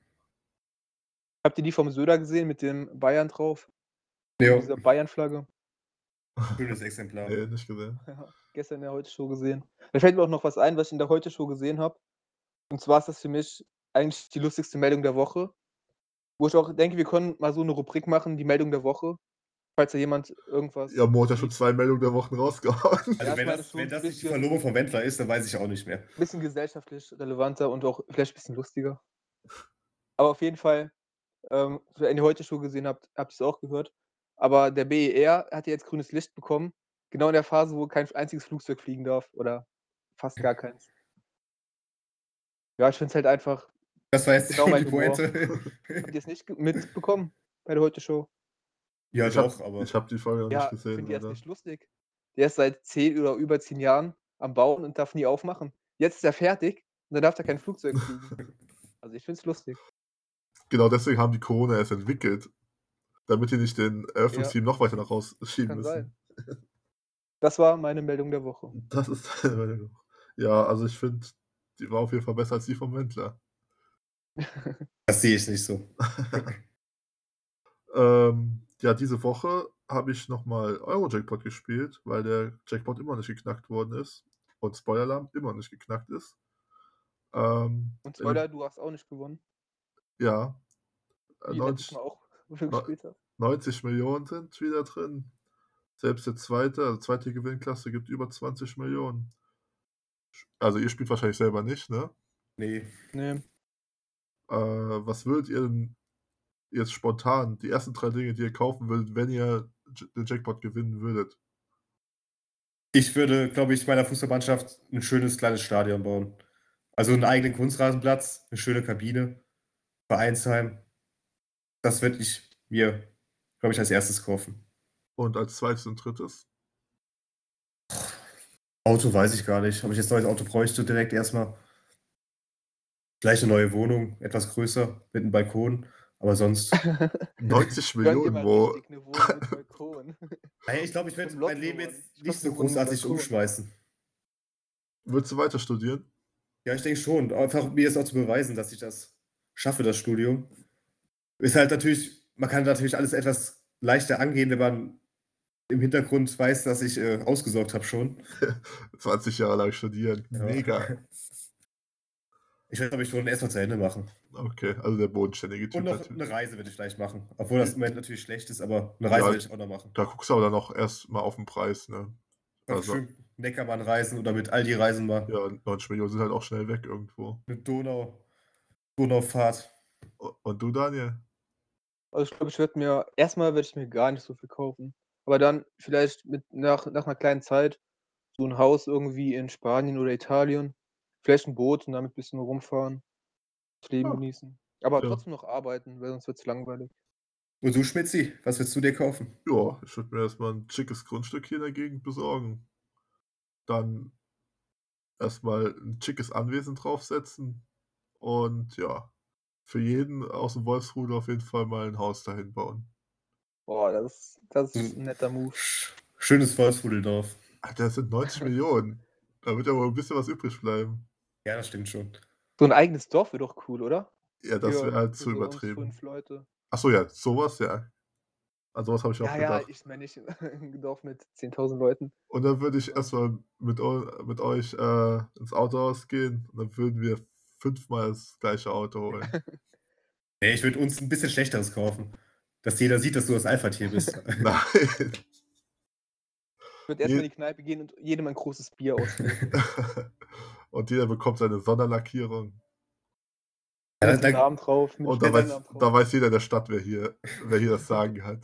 B: Habt ihr die vom Söder gesehen mit dem Bayern drauf?
A: Ja.
B: Mit dieser Bayern-Flagge? *laughs*
A: Schönes Exemplar.
C: Nee, nicht gesehen.
B: Ja, gestern in der Heute-Show gesehen. Da fällt mir auch noch was ein, was ich in der Heute-Show gesehen habe. Und zwar ist das für mich eigentlich die lustigste Meldung der Woche. Wo ich auch denke, wir können mal so eine Rubrik machen, die Meldung der Woche. Falls da jemand irgendwas.
C: Ja, Mo hat ja schon zwei Meldungen der Woche rausgehauen.
A: Also
B: Ja, ich
A: wenn
B: meine,
A: das,
B: schon
A: wenn das
B: ein
A: nicht die
B: bisschen-
A: Verlobung von Wendler ist, dann weiß ich auch nicht mehr.
B: bisschen gesellschaftlich relevanter und auch vielleicht ein bisschen lustiger. Aber auf jeden Fall, ähm, wenn ihr heute Show gesehen habt, habt ihr es auch gehört. Aber der BER hat ja jetzt grünes Licht bekommen, genau in der Phase, wo kein einziges Flugzeug fliegen darf oder fast gar keins. Ja, ich finde es halt einfach,
A: Das war jetzt
B: Genau
A: schon *laughs*
B: mein
A: die
B: Humor.
A: Pointe. *laughs*
B: habt ihr es nicht ge- mitbekommen bei der heute Show?
A: ja,
C: ich
A: doch,
C: hab,
A: aber
C: Ich habe die Folge noch
B: Ja,
C: nicht gesehen.
B: findet ihr das
C: leider.
B: nicht lustig? Der ist seit 10 oder über 10 Jahren am Bauen und darf nie aufmachen. Jetzt ist er fertig und dann darf er kein Flugzeug
C: *laughs*
B: fliegen. Also ich finde es lustig.
C: Genau deswegen haben die Corona erst entwickelt. Damit die nicht den Eröffnungsteam noch weiter nach rausschieben
B: Kann
C: müssen.
B: sein. Das war meine Meldung der Woche.
C: Das ist *laughs* deine Meldung. Ja, also ich finde, die war auf jeden Fall besser als die vom Wendler.
A: das sehe ich nicht so.
C: *laughs* Ähm, ja, diese Woche habe ich nochmal Euro-Jackpot gespielt, weil der Jackpot immer nicht geknackt worden ist. Und Spoiler-Alarm immer nicht geknackt ist. Ähm,
B: Und Spoiler, du hast auch nicht gewonnen.
C: Ja. Äh,
B: Wie letztes
C: 90,
B: Mal auch, *laughs* wo wir
C: neun-
B: gespielt haben.
C: 90 Millionen sind wieder drin. Selbst der zweite, also zweite Gewinnklasse gibt über 20 Millionen. Also ihr spielt wahrscheinlich selber nicht, ne?
A: Nee.
C: *laughs*
B: Nee.
C: Äh, was würdet ihr denn jetzt spontan, die ersten drei Dinge, die ihr kaufen würdet, wenn ihr J- den Jackpot gewinnen würdet?
A: Ich würde, glaube ich, meiner Fußballmannschaft ein schönes kleines Stadion bauen. Also einen eigenen Kunstrasenplatz, eine schöne Kabine, Vereinsheim. Das würde ich mir, glaube ich, als erstes kaufen.
C: Und als zweites und drittes.
B: *laughs*
A: Auto weiß ich gar nicht. Ob ich jetzt ein neues Auto bräuchte, direkt erstmal. Vielleicht eine neue Wohnung, etwas größer, mit einem Balkon. Aber
B: *laughs*
A: sonst.
C: 90
B: Gönn dir
C: Millionen,
B: mal
C: wo.
B: richtig eine Wohnung
C: *laughs*
B: mit Balkon.
A: Naja, ich glaube, ich werde
B: Zum Loch
A: mein Leben
B: geworden.
A: jetzt
B: Ich
A: nicht
B: glaub,
A: so
B: wir wohnen im
A: großartig
B: Balkon.
A: umschmeißen.
C: Willst du weiter studieren?
A: Ja, ich denke schon. Einfach mir das auch zu beweisen, dass ich das schaffe, das Studium. Ist halt natürlich, man kann natürlich alles etwas leichter angehen, wenn man im Hintergrund weiß, dass ich äh, ausgesorgt habe schon.
C: 20 Jahre lang studieren.
A: Ja.
C: Mega.
A: Ich werde, glaube ich, schon erstmal zu Ende machen.
C: Okay, also der bodenständige Typ.
A: Und ne noch
C: natürlich.
A: eine Reise werde ich vielleicht machen. Obwohl das im Moment natürlich schlecht ist, aber eine Reise
C: Ja.
A: werde ich auch noch machen.
C: Da guckst du aber dann auch erstmal auf den Preis, ne?
A: Also.
C: Also-
A: Schön Neckarmann reisen oder mit Aldi reisen mal.
C: Ja, 90 Millionen sind halt auch schnell weg irgendwo.
A: Eine Donau, Donaufahrt.
C: O- Und du, Daniel?
B: Also ich glaube, ich werde mir, erstmal werde ich mir gar nicht so viel kaufen. Aber dann vielleicht mit nach, nach einer kleinen Zeit so ein Haus irgendwie in Spanien oder Italien. Vielleicht ein Boot und damit ein bisschen rumfahren. Das Leben
C: Ja.
B: genießen. Aber
C: Ja.
B: trotzdem noch arbeiten, weil sonst wird es langweilig.
A: Und du, Schmitzi, was willst du dir kaufen?
C: Ja, ich würde mir erstmal ein schickes Grundstück hier in der Gegend besorgen. Dann erstmal ein schickes Anwesen draufsetzen. Und ja, für jeden aus dem Wolfsrudel auf jeden Fall mal ein Haus dahin bauen.
B: Boah, das ist, das ist
C: Hm.
A: Mhm.
B: ein netter Move.
A: Sch- Schönes Wolfsrudeldorf.
C: Alter, das sind
B: *laughs*
C: 90 Millionen. Da wird ja wohl ein bisschen was übrig bleiben.
A: Ja, das stimmt schon.
B: So ein eigenes Dorf wäre doch cool, oder?
C: Ja, das
B: Für-
C: wäre halt
B: für
C: zu
B: so uns
C: übertrieben.
B: Fünf Leute.
C: Achso, ja, sowas, ja. An sowas habe ich auch
B: Ja, ja,
C: gedacht.
B: ich meine nicht ein *laughs* Dorf mit 10.000 Leuten.
C: Und dann würde ich erstmal mit, eu- mit euch äh, ins Autohaus gehen und dann würden wir fünfmal das gleiche Auto holen.
A: Nee, ich würde uns ein bisschen schlechteres kaufen. Dass jeder sieht, dass du das Alpha-Tier
B: *laughs*
A: bist.
C: Nein. *laughs*
B: Ich würde erstmal
C: Je-
B: in die Kneipe gehen und jedem ein großes Bier
C: *laughs*
B: ausgeben.
C: und jeder bekommt seine Sonderlackierung.
A: Ja,
B: Mit
A: dann-
B: Namen drauf, mit
C: Und oh, da weiß,
B: Städtenamen drauf.
C: da weiß jeder in der Stadt, wer hier, wer hier das Sagen hat.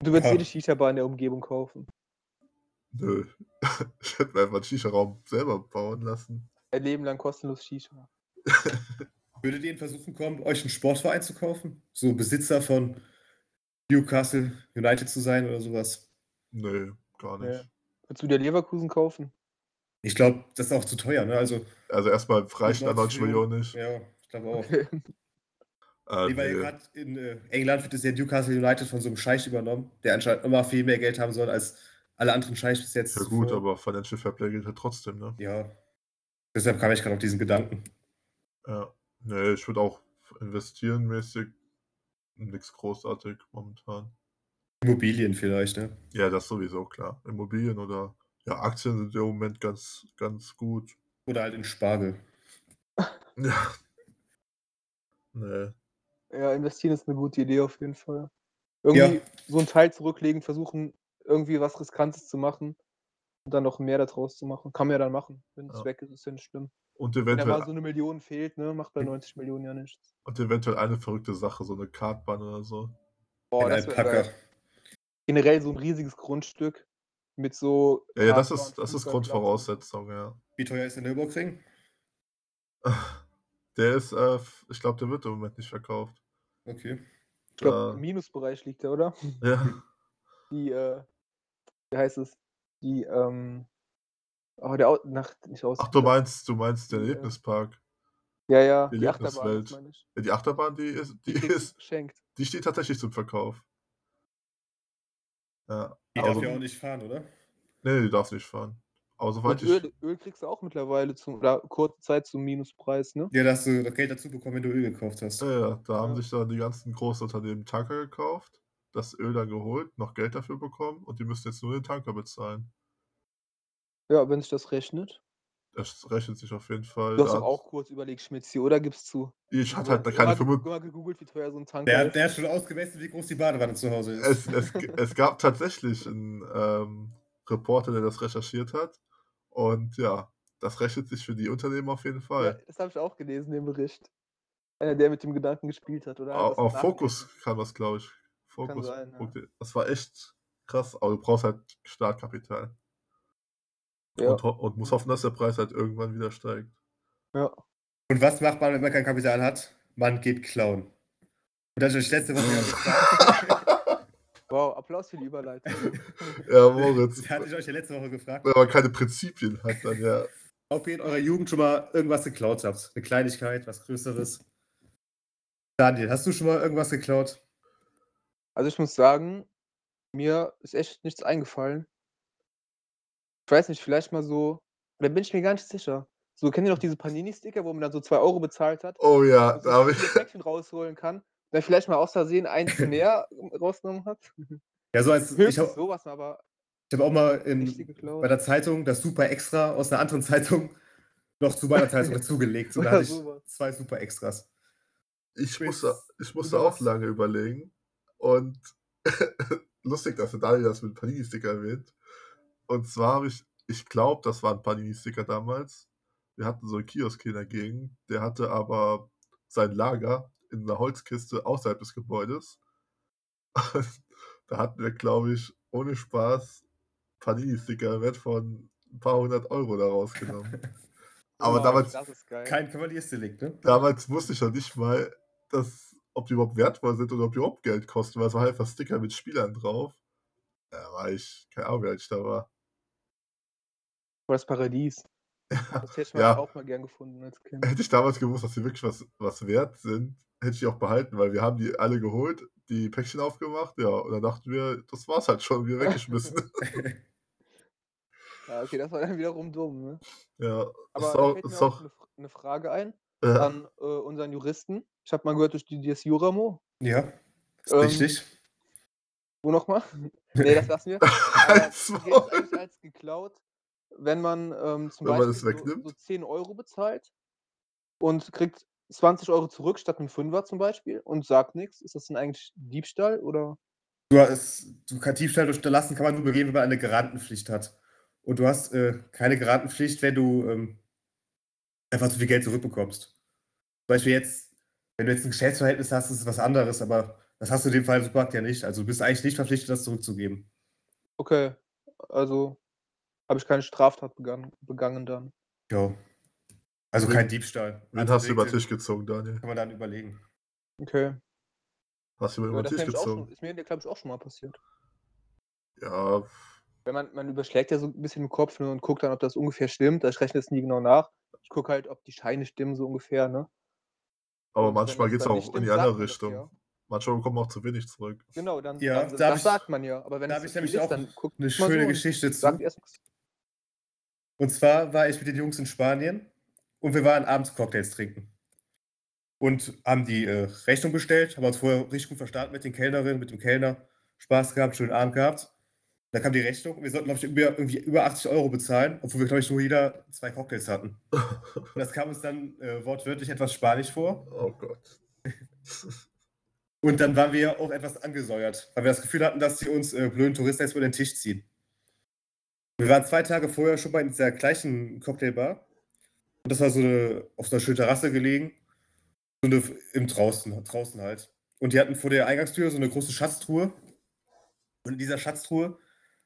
B: Du würdest
A: Ja.
B: jede Shisha-Bar in der Umgebung kaufen.
C: Nö. *laughs* Ich hätte mir einfach einen Shisha-Raum selber bauen lassen. *laughs*
B: Ein Leben lang kostenlos Shisha.
A: Würdet ihr in Versuchen kommen, euch einen Sportverein zu kaufen? So Besitzer von Newcastle United zu sein oder sowas?
C: Nö, gar nicht.
B: Würdest du dir Leverkusen kaufen?
A: Ich glaube, das ist auch zu teuer, ne? Also,
C: Also erstmal reichen da
A: 90
C: 90 Millionen nicht.
A: ja, ich glaube
C: *laughs*
A: auch.
C: Äh,
A: Nee, weil
C: nee.
A: gerade in äh, England wird es ja Newcastle United von so einem Scheich übernommen, der anscheinend immer viel mehr Geld haben soll als alle anderen Scheichs bis jetzt.
C: Ja gut,
A: zuvor.
C: aber Financial Fairplay gilt halt trotzdem, ne?
A: Ja. Deshalb kam ich gerade auf diesen Gedanken.
C: Ja. Nee, ich würde auch investieren mäßig nichts großartig momentan.
A: Immobilien vielleicht, ne?
C: Ja, das sowieso, klar. Immobilien oder ja, Aktien sind im Moment ganz, ganz gut.
A: Oder halt in Spargel.
C: Ja. Nee.
B: Ja, investieren ist eine gute Idee auf jeden Fall. Irgendwie so einen Teil zurücklegen, versuchen, irgendwie was Riskantes zu machen und dann noch mehr daraus zu machen. Kann man ja dann machen. Wenn es
C: Ja.
B: weg ist, ist ja nicht schlimm.
C: Und
B: Wenn da
C: eventuell,
B: mal so eine Million fehlt, ne, macht bei 90 Millionen ja nichts.
C: und eventuell eine verrückte Sache, so eine Kartbahn oder so.
B: Boah,
A: ein
B: das wär
A: Alpaka.
B: geil. Generell so ein riesiges Grundstück mit so.
C: Ja, ja, das
B: Kartbahn,
C: ist, das ist
B: Fußballplatz.
C: Grundvoraussetzung, ja. *laughs*
A: Wie teuer ist der Nürburgring?
C: Der ist, äh, f- ich glaube, der wird im Moment nicht verkauft.
A: Okay.
B: Ich glaube,
C: äh,
B: im Minusbereich liegt der, oder? *laughs*
C: Ja.
B: die, äh, wie heißt es? Die, ähm, oh, der Au nach, nicht aus.
C: Ach, du meinst, du meinst den
B: Ja.
C: Erlebnispark.
B: Ja, ja,
C: die
B: die, Achterbahn,
C: Erlebniswelt.
B: das meine ich.
C: Ja, die Achterbahn, die ist,
B: *laughs*
C: die
B: kriegst
C: ist,
B: du
C: *laughs*
B: geschenkt.
C: die steht tatsächlich zum Verkauf. Ja.
A: Die
C: aber
A: darf
C: so-
A: ja auch nicht fahren, oder?
C: Nee, die darf nicht fahren. Aber
B: Und
C: soweit ich.
B: Öl, Öl kriegst du auch mittlerweile zum, oder kurze Zeit zum Minuspreis, ne?
A: Ja, da hast du das Geld dazu bekommen, wenn du Öl gekauft hast.
C: Ja, ja, da haben
B: Ja.
C: sich dann die ganzen großen Unternehmen Tanker gekauft, das Öl dann geholt, noch Geld dafür bekommen und die müssen jetzt nur den Tanker bezahlen.
B: Ja, wenn sich das rechnet.
C: Das rechnet sich auf jeden Fall.
B: Du hast
C: Da-
B: doch auch kurz überlegt, Schmitzi, oder gibst zu?
C: Ich hatte
B: Du
C: halt
B: hast- du
C: keine
B: hast
C: Vermögen.
B: mal gegoogelt, wie teuer so ein Tanker
A: Der,
B: ist.
A: der hat schon ausgemessen, wie groß die Badewanne zu Hause ist.
C: Es, es, es gab tatsächlich einen ähm, Reporter, der das recherchiert hat. Und ja, das rechnet sich für die Unternehmen auf jeden
B: ja,
C: Fall.
B: das habe ich auch gelesen, den Bericht. Einer, der mit dem Gedanken gespielt hat, oder?
C: Au-
B: Das
C: auf
B: nachgerechnet.
C: Fokus kam das, glaube ich. Fokus.
B: sein, ja.
C: Punkte. Das war echt krass, aber du brauchst halt Startkapital.
B: Ja.
C: Und, ho- und musst hoffen, dass der Preis halt irgendwann
B: *laughs*
C: wieder steigt.
A: Und was macht man, wenn man kein Kapital *laughs* hat? Man geht klauen. Und das ist das Letzte, was ich
B: *laughs* Wow, Applaus für die Überleitung.
C: Ja, Moritz.
A: Das hatte ich euch *laughs* ja letzte Woche gefragt,
C: Wenn man keine Prinzipien hat, dann ja.
A: ob ihr in eurer Jugend schon mal irgendwas geklaut habt. Eine Kleinigkeit, was Größeres. Daniel, hast du schon mal irgendwas geklaut?
B: Also ich muss sagen, mir ist echt nichts eingefallen. Ich weiß nicht, vielleicht mal so, da bin ich mir gar nicht sicher. So, kennt ihr noch diese Panini-Sticker, wo man dann so 2 Euro bezahlt hat?
C: Oh ja,
B: und so
C: da habe
B: ein
C: ich.
B: Päckchen rausholen kann? Dann vielleicht mal aus Versehen eins mehr *laughs* rausgenommen
C: *laughs*
B: hat?
A: Ja, so als ich
B: Höchstens
A: habe
B: *laughs* sowas, aber
A: ich hab auch mal
C: Hm,
B: richtig
A: in,
B: geklaut.
A: bei der Zeitung das Super Extra aus einer anderen Zeitung *laughs* noch zu meiner Zeitung dazugelegt. Und da
B: Oder
A: hatte
B: sowas.
A: ich zwei Super Extras.
C: Ich
A: Quiz.
C: musste, ich musste
A: Über
C: auch
A: was?
C: lange überlegen. Und *laughs* lustig, dass der Daniel das mit Panini-Sticker erwähnt. Und zwar habe ich, ich glaube, das waren Panini-Sticker damals. Wir hatten so einen Kiosk hier dagegen. Der hatte aber sein Lager in einer Holzkiste außerhalb des Gebäudes. Und da hatten wir, glaube ich, ohne Spaß Panini-Sticker im Wert von ein paar hundert Euro da rausgenommen. Aber
B: Boah,
C: damals,
B: Das ist geil.
A: Kein Kavaliersdelikt, ne? *laughs*
C: damals wusste ich ja nicht mal, dass, ob die überhaupt wertvoll sind oder ob die überhaupt Geld kosten, weil es war halt einfach Sticker mit Spielern drauf. Da war ich, keine Ahnung, wie alt ich da war. *laughs*
B: Boah, das Paradies. Das hätte ich mal
C: Ja.
B: auch mal gern gefunden als Kind.
C: Hätte ich damals gewusst, dass die wirklich was, was wert sind, hätte ich die auch behalten, weil wir haben die alle geholt, die Päckchen aufgemacht, ja, und dann dachten wir, das war's halt schon,
B: *laughs*
C: wir weggeschmissen.
B: Ja, okay, das war dann wiederum dumm, ne?
C: ja,
B: Aber
C: Sau-
B: da fällt mir
C: Sau-
B: auch eine, F- eine Frage ein
C: äh,
B: an äh, unseren Juristen. Ich habe mal gehört, du studierst Jura, Mo.
A: Ja, ist
B: Ähm,
A: richtig.
B: Wo
C: *laughs*
B: nochmal? nee, das lassen wir. Aber
C: Halt's
B: gilt
C: Maul.
B: eigentlich als geklaut, wenn man ähm, zum
C: Wenn man es
B: Beispiel
C: wegnimmt?
B: So, so 10 Euro bezahlt und kriegt 20 Euro zurück statt einem Fünfer zum Beispiel und sagt nichts. Ist das denn eigentlich Diebstahl oder?
A: Du hast, du kann Diebstahl durch Unterlassen kann man nur begehen, wenn man eine Garantenpflicht hat. Und du hast äh, keine Garantenpflicht, wenn du ähm, einfach zu viel Geld zurückbekommst. Zum Beispiel jetzt, wenn du jetzt ein Geschäftsverhältnis hast, ist es was anderes, aber das hast du in dem Fall Supermarkt ja nicht. Also du bist eigentlich nicht verpflichtet, das zurückzugeben.
B: Okay, also habe ich keine Straftat begangen, begangen dann.
A: Ja. Also
C: Wen-
A: kein Diebstahl.
C: wen
A: Also
C: hast du über den
A: deswegen
C: Tisch gezogen, Daniel?
A: Kann man dann überlegen.
B: Okay.
C: Hast du
B: Ja,
C: über den
B: das ist mir
C: Tisch
B: nämlich auch schon,
C: gezogen?
B: ist mir, glaube ich, auch schon mal passiert.
C: Ja,
B: Wenn man, man überschlägt ja so ein bisschen im Kopf ne, und guckt dann, ob das ungefähr stimmt. Also Ich rechne jetzt nie genau nach. Ich gucke halt, ob die Scheine stimmen, so ungefähr. Ne? Und
C: aber
B: wenn
C: manchmal
B: das
C: geht es
B: dann
C: auch
B: nicht
C: in
B: stimmt,
C: die
B: sagt
C: andere
B: man das
C: Richtung.
B: ja.
C: Manchmal bekommen wir auch zu wenig zurück.
B: Genau, dann,
A: Ja,
B: dann
A: da hab
B: das
A: ich-
B: sagt man ja. Aber wenn
A: da
B: es
A: hab ich
B: so viel
A: nämlich auch
B: guckt
A: Eine
B: man
A: schöne
B: so und
A: Geschichte zu.
B: Sagt erst, nichts.
A: Und zwar war ich mit den Jungs in Spanien und wir waren abends Cocktails trinken. Und haben die äh, Rechnung bestellt, haben uns vorher richtig gut verstanden mit den Kellnerinnen, mit dem Kellner. Spaß gehabt, schönen Abend gehabt. Dann kam die Rechnung und wir sollten, glaube ich, über, irgendwie über 80 Euro bezahlen, obwohl wir, glaube ich, nur jeder zwei Cocktails
C: *laughs*
A: hatten. Und das kam uns dann äh, wortwörtlich etwas spanisch vor.
C: Oh Gott.
A: Und dann waren wir auch etwas angesäuert, weil wir das Gefühl hatten, dass sie uns äh, blöden Touristen jetzt über den Tisch ziehen. Wir waren zwei Tage vorher schon bei dieser gleichen Cocktailbar. Und das war so eine, auf so einer schönen Terrasse gelegen. So eine, im draußen, draußen halt. Und die hatten vor der Eingangstür so eine große Schatztruhe. Und in dieser Schatztruhe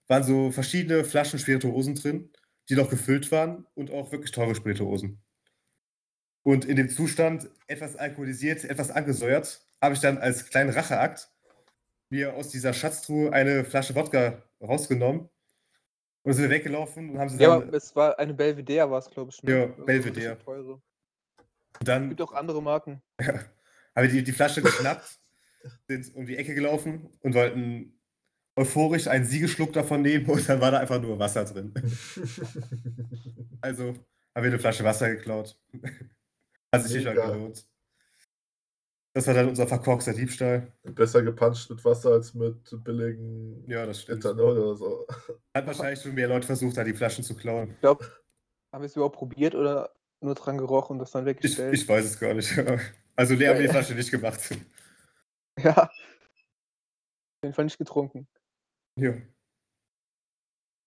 A: waren so verschiedene Flaschen Spirituosen drin, die noch gefüllt waren und auch wirklich teure Spirituosen. Und in dem Zustand, etwas alkoholisiert, etwas angesäuert, habe ich dann als kleinen Racheakt mir aus dieser Schatztruhe eine Flasche Wodka rausgenommen und sind weggelaufen und haben sie
B: Ja,
A: dann.
B: aber es war eine Belvedere, war es, glaube ich.
A: Ja,
B: Also
A: Belvedere.
B: richtig Teure.
A: Und dann
B: Es gibt auch andere Marken.
A: haben wir die, die Flasche geschnappt, *laughs* sind um die Ecke gelaufen und wollten euphorisch einen Siegeschluck davon nehmen und dann war da einfach nur Wasser drin. Also haben wir eine Flasche Wasser geklaut. *laughs* Hat sich nicht mal
C: Mega.
A: gelohnt. Das war dann unser verkorkster Diebstahl.
C: *laughs* Besser gepuncht mit Wasser als mit billigen
A: Ja, das stimmt.
C: Ethanol oder so.
A: Hat wahrscheinlich schon mehr Leute versucht, da die Flaschen zu klauen.
B: Ich glaube, haben wir es überhaupt probiert oder nur dran gerochen und das dann
A: Ich,
B: weggestellt?
A: ich weiß es gar nicht. *laughs* Also leer haben wir die Flasche nicht gemacht.
B: *laughs*
A: *laughs*
B: Ja. Auf jeden Fall nicht getrunken.
A: Ja.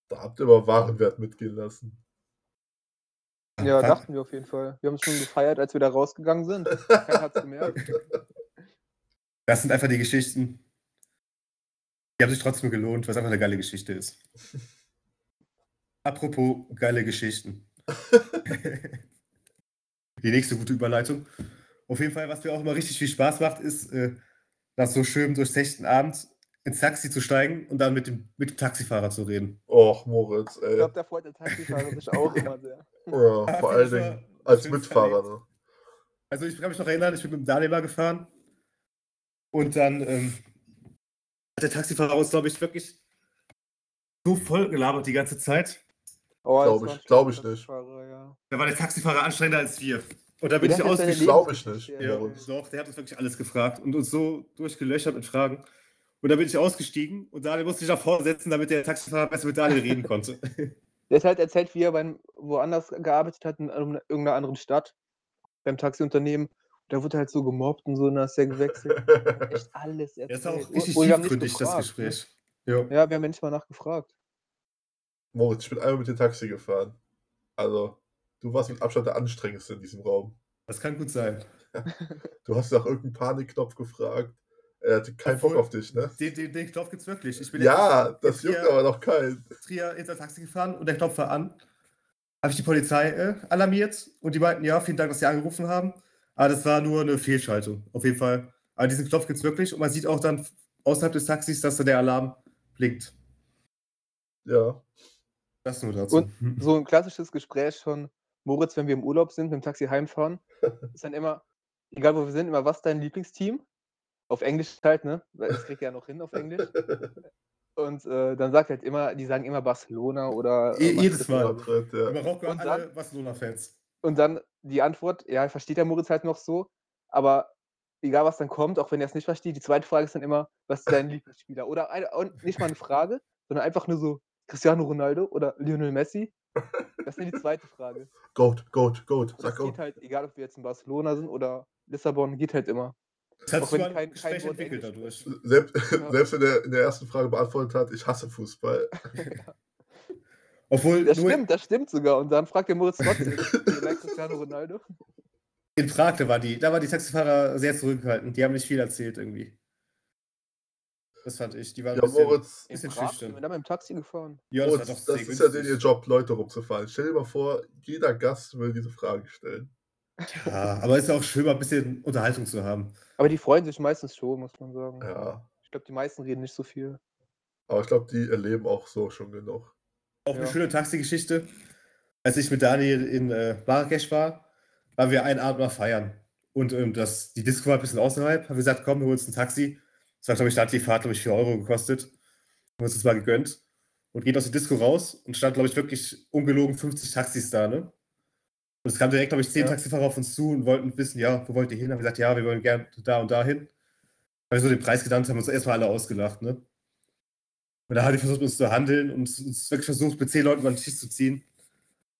C: Da habt ihr aber Warenwert mitgehen lassen.
B: Ja,
A: Fand-
B: dachten wir auf jeden Fall. Wir haben es schon gefeiert, als wir da rausgegangen sind. Keiner hat es gemerkt.
A: Das sind einfach die Geschichten. Die haben sich trotzdem gelohnt, was einfach eine geile Geschichte ist. Apropos geile
C: *laughs*
A: Geschichten. die nächste gute Überleitung. Auf jeden Fall, was mir auch immer richtig viel Spaß macht, ist äh, nach so schönem durchzechten Abend ins Taxi zu steigen und dann mit dem, mit dem Taxifahrer zu reden.
C: Och, Moritz,
B: Ich
C: ey.
A: Äh.
B: glaube, da freut der
A: *laughs*
B: Taxifahrer sich auch immer sehr.
C: ja, vor
A: Ja,
C: allen
A: das war-
C: Dingen als
A: schön
C: Mitfahrer,
A: verlegt.
C: ne?
A: Also ich kann mich noch erinnern, ich bin mit dem Daniel mal gefahren und dann ähm, hat der Taxifahrer uns, glaube ich, wirklich so voll gelabert die ganze Zeit.
B: Oh, das
C: Glaub
B: war
C: ich-
B: ein
C: glaub
B: starker
C: ich nicht.
B: Taxifahrer, ja.
A: Da war der Taxifahrer anstrengender als wir. Und da bin
B: Der
A: ich
B: hat jetzt seine
A: ausgestiegen.
C: Glaube ich nicht.
B: Lebensgeschichte
A: Ja,
B: erzählt.
A: doch, der hat uns wirklich alles gefragt und uns so durchgelöchert mit Fragen. Und da bin ich ausgestiegen und Daniel musste sich nach vorne setzen, damit der Taxifahrer besser mit Daniel reden *laughs* konnte.
B: Der hat halt erzählt, wie er beim, woanders gearbeitet hat, in einem- irgendeiner anderen Stadt, beim Taxiunternehmen. Da wurde halt so gemobbt und so, und dann ist
A: *laughs*
B: er gewechselt.
C: *laughs*
B: Echt alles erzählt.
A: Er ist auch
B: Und-
A: richtig
B: und wir haben nicht
A: tiefgründig, das
B: gefragt, ne?
A: Gespräch. Ja.
B: Ja, wir haben ja nicht mal nachgefragt.
C: Moritz, ich bin einmal mit dem Taxi gefahren. Also, du warst mit Abstand der anstrengendste in diesem Raum.
A: das kann gut sein.
C: Du hast nach irgendeinem Panikknopf gefragt. Er hatte keinen
A: Obwohl-
C: Bock auf dich, ne?
A: Den, den, den Knopf gibt's wirklich. Ich bin
C: Ja,
A: jetzt
C: das juckt
A: hier-
C: aber noch keinen.
A: Trier ins Taxi gefahren und der Knopf war an. Habe ich die Polizei äh, alarmiert und die meinten, ja, vielen Dank, dass sie angerufen haben. Aber das war nur eine Fehlschaltung, auf jeden Fall. Aber diesen Knopf gibt es wirklich und man sieht auch dann außerhalb des Taxis, dass da der Alarm blinkt.
C: Ja.
A: Das nur dazu. Hm.
B: So ein klassisches Gespräch schon. Moritz, wenn wir im Urlaub sind, mit dem
A: *laughs*
B: Taxi heimfahren, ist dann immer, egal wo wir sind, immer, was ist dein Lieblingsteam? Auf Englisch halt, ne? Weil das kriegt er ja noch hin auf Englisch. Und äh, dann sagt er halt immer, die sagen immer Barcelona oder. äh,
A: Je- jedes
B: Madrid
A: Mal.
C: *laughs*
B: oder so.
C: Madrid, ja.
A: Über Rocco
B: Und
A: alle Barcelona-Fans.
B: Und dann die Antwort, ja, versteht der Moritz halt noch so, aber egal was dann kommt, auch wenn er es nicht versteht, die zweite Frage ist dann immer, was ist dein Lieblingsspieler? Oder ein, und nicht mal eine Frage, sondern einfach nur so Cristiano Ronaldo oder Lionel Messi. Das ist die zweite Frage.
C: Goat, Goat, Goat.
B: Und
C: Sag
B: das geht
C: Goat.
B: halt, egal ob wir jetzt in Barcelona sind oder Lissabon, geht
A: *laughs*
B: halt immer.
A: Das hat
B: Auch
A: sich
B: wenn
A: mal ein
B: kein- kein
A: Gespräch
B: Wort
A: entwickelt
B: Englisch
A: dadurch.
C: Selbst,
B: Ja.
C: selbst wenn er in der ersten Frage beantwortet hat, ich hasse Fußball.
A: Obwohl,
B: Das
A: nur
B: stimmt, das stimmt sogar. Und dann fragt der Moritz trotzdem,
A: *laughs*
B: "Ihr liked Cristiano Ronaldo?
A: in Prag, da, war die, da waren die Taxifahrer sehr zurückhaltend. Die haben nicht viel erzählt irgendwie. Das fand ich. Die waren ein
C: Ja,
A: bisschen,
C: Moritz,
B: In
A: bisschen
B: Prag sind
A: schüchtern.
B: wir dann mit dem Taxi gefahren.
A: Ja,
C: Moritz, das,
A: war doch sehr
C: ist ja
A: günstig.
C: denen ihr Job, Leute rumzufahren. Stell dir mal vor, jeder Gast will diese Frage stellen.
A: Ja, aber ist ja auch schön, mal ein bisschen Unterhaltung zu haben.
B: Aber die freuen sich meistens schon, muss man sagen.
C: Ja.
B: Ich glaube, die meisten reden nicht so viel.
C: Aber ich glaube, die erleben auch so schon genug. *laughs*
A: Auch eine
B: Ja.
A: schöne Taxi-Geschichte. Als ich mit Daniel in äh, Marrakesch war, waren wir einen Abend mal feiern. Und ähm, das, die Disco war ein bisschen außerhalb. Haben wir gesagt, komm, wir holen uns ein Taxi. Das war, glaube ich, da hat die Fahrt, glaube ich, 4 Euro gekostet. Haben uns das mal gegönnt. Und geht aus der Disco raus und stand, glaube ich, wirklich ungelogen 50 Taxis da, ne? Und es kamen direkt, glaube ich, 10
B: Ja.
A: Taxifahrer auf uns zu und wollten wissen, ja, wo wollt ihr hin? Haben wir gesagt, ja, wir wollen gerne da und da hin. Haben wir so den Preis genannt, haben uns erstmal alle ausgelacht, ne? Und da hat die versucht, uns zu handeln und uns- uns wirklich versucht, mit zehn Leuten über den Tisch zu ziehen.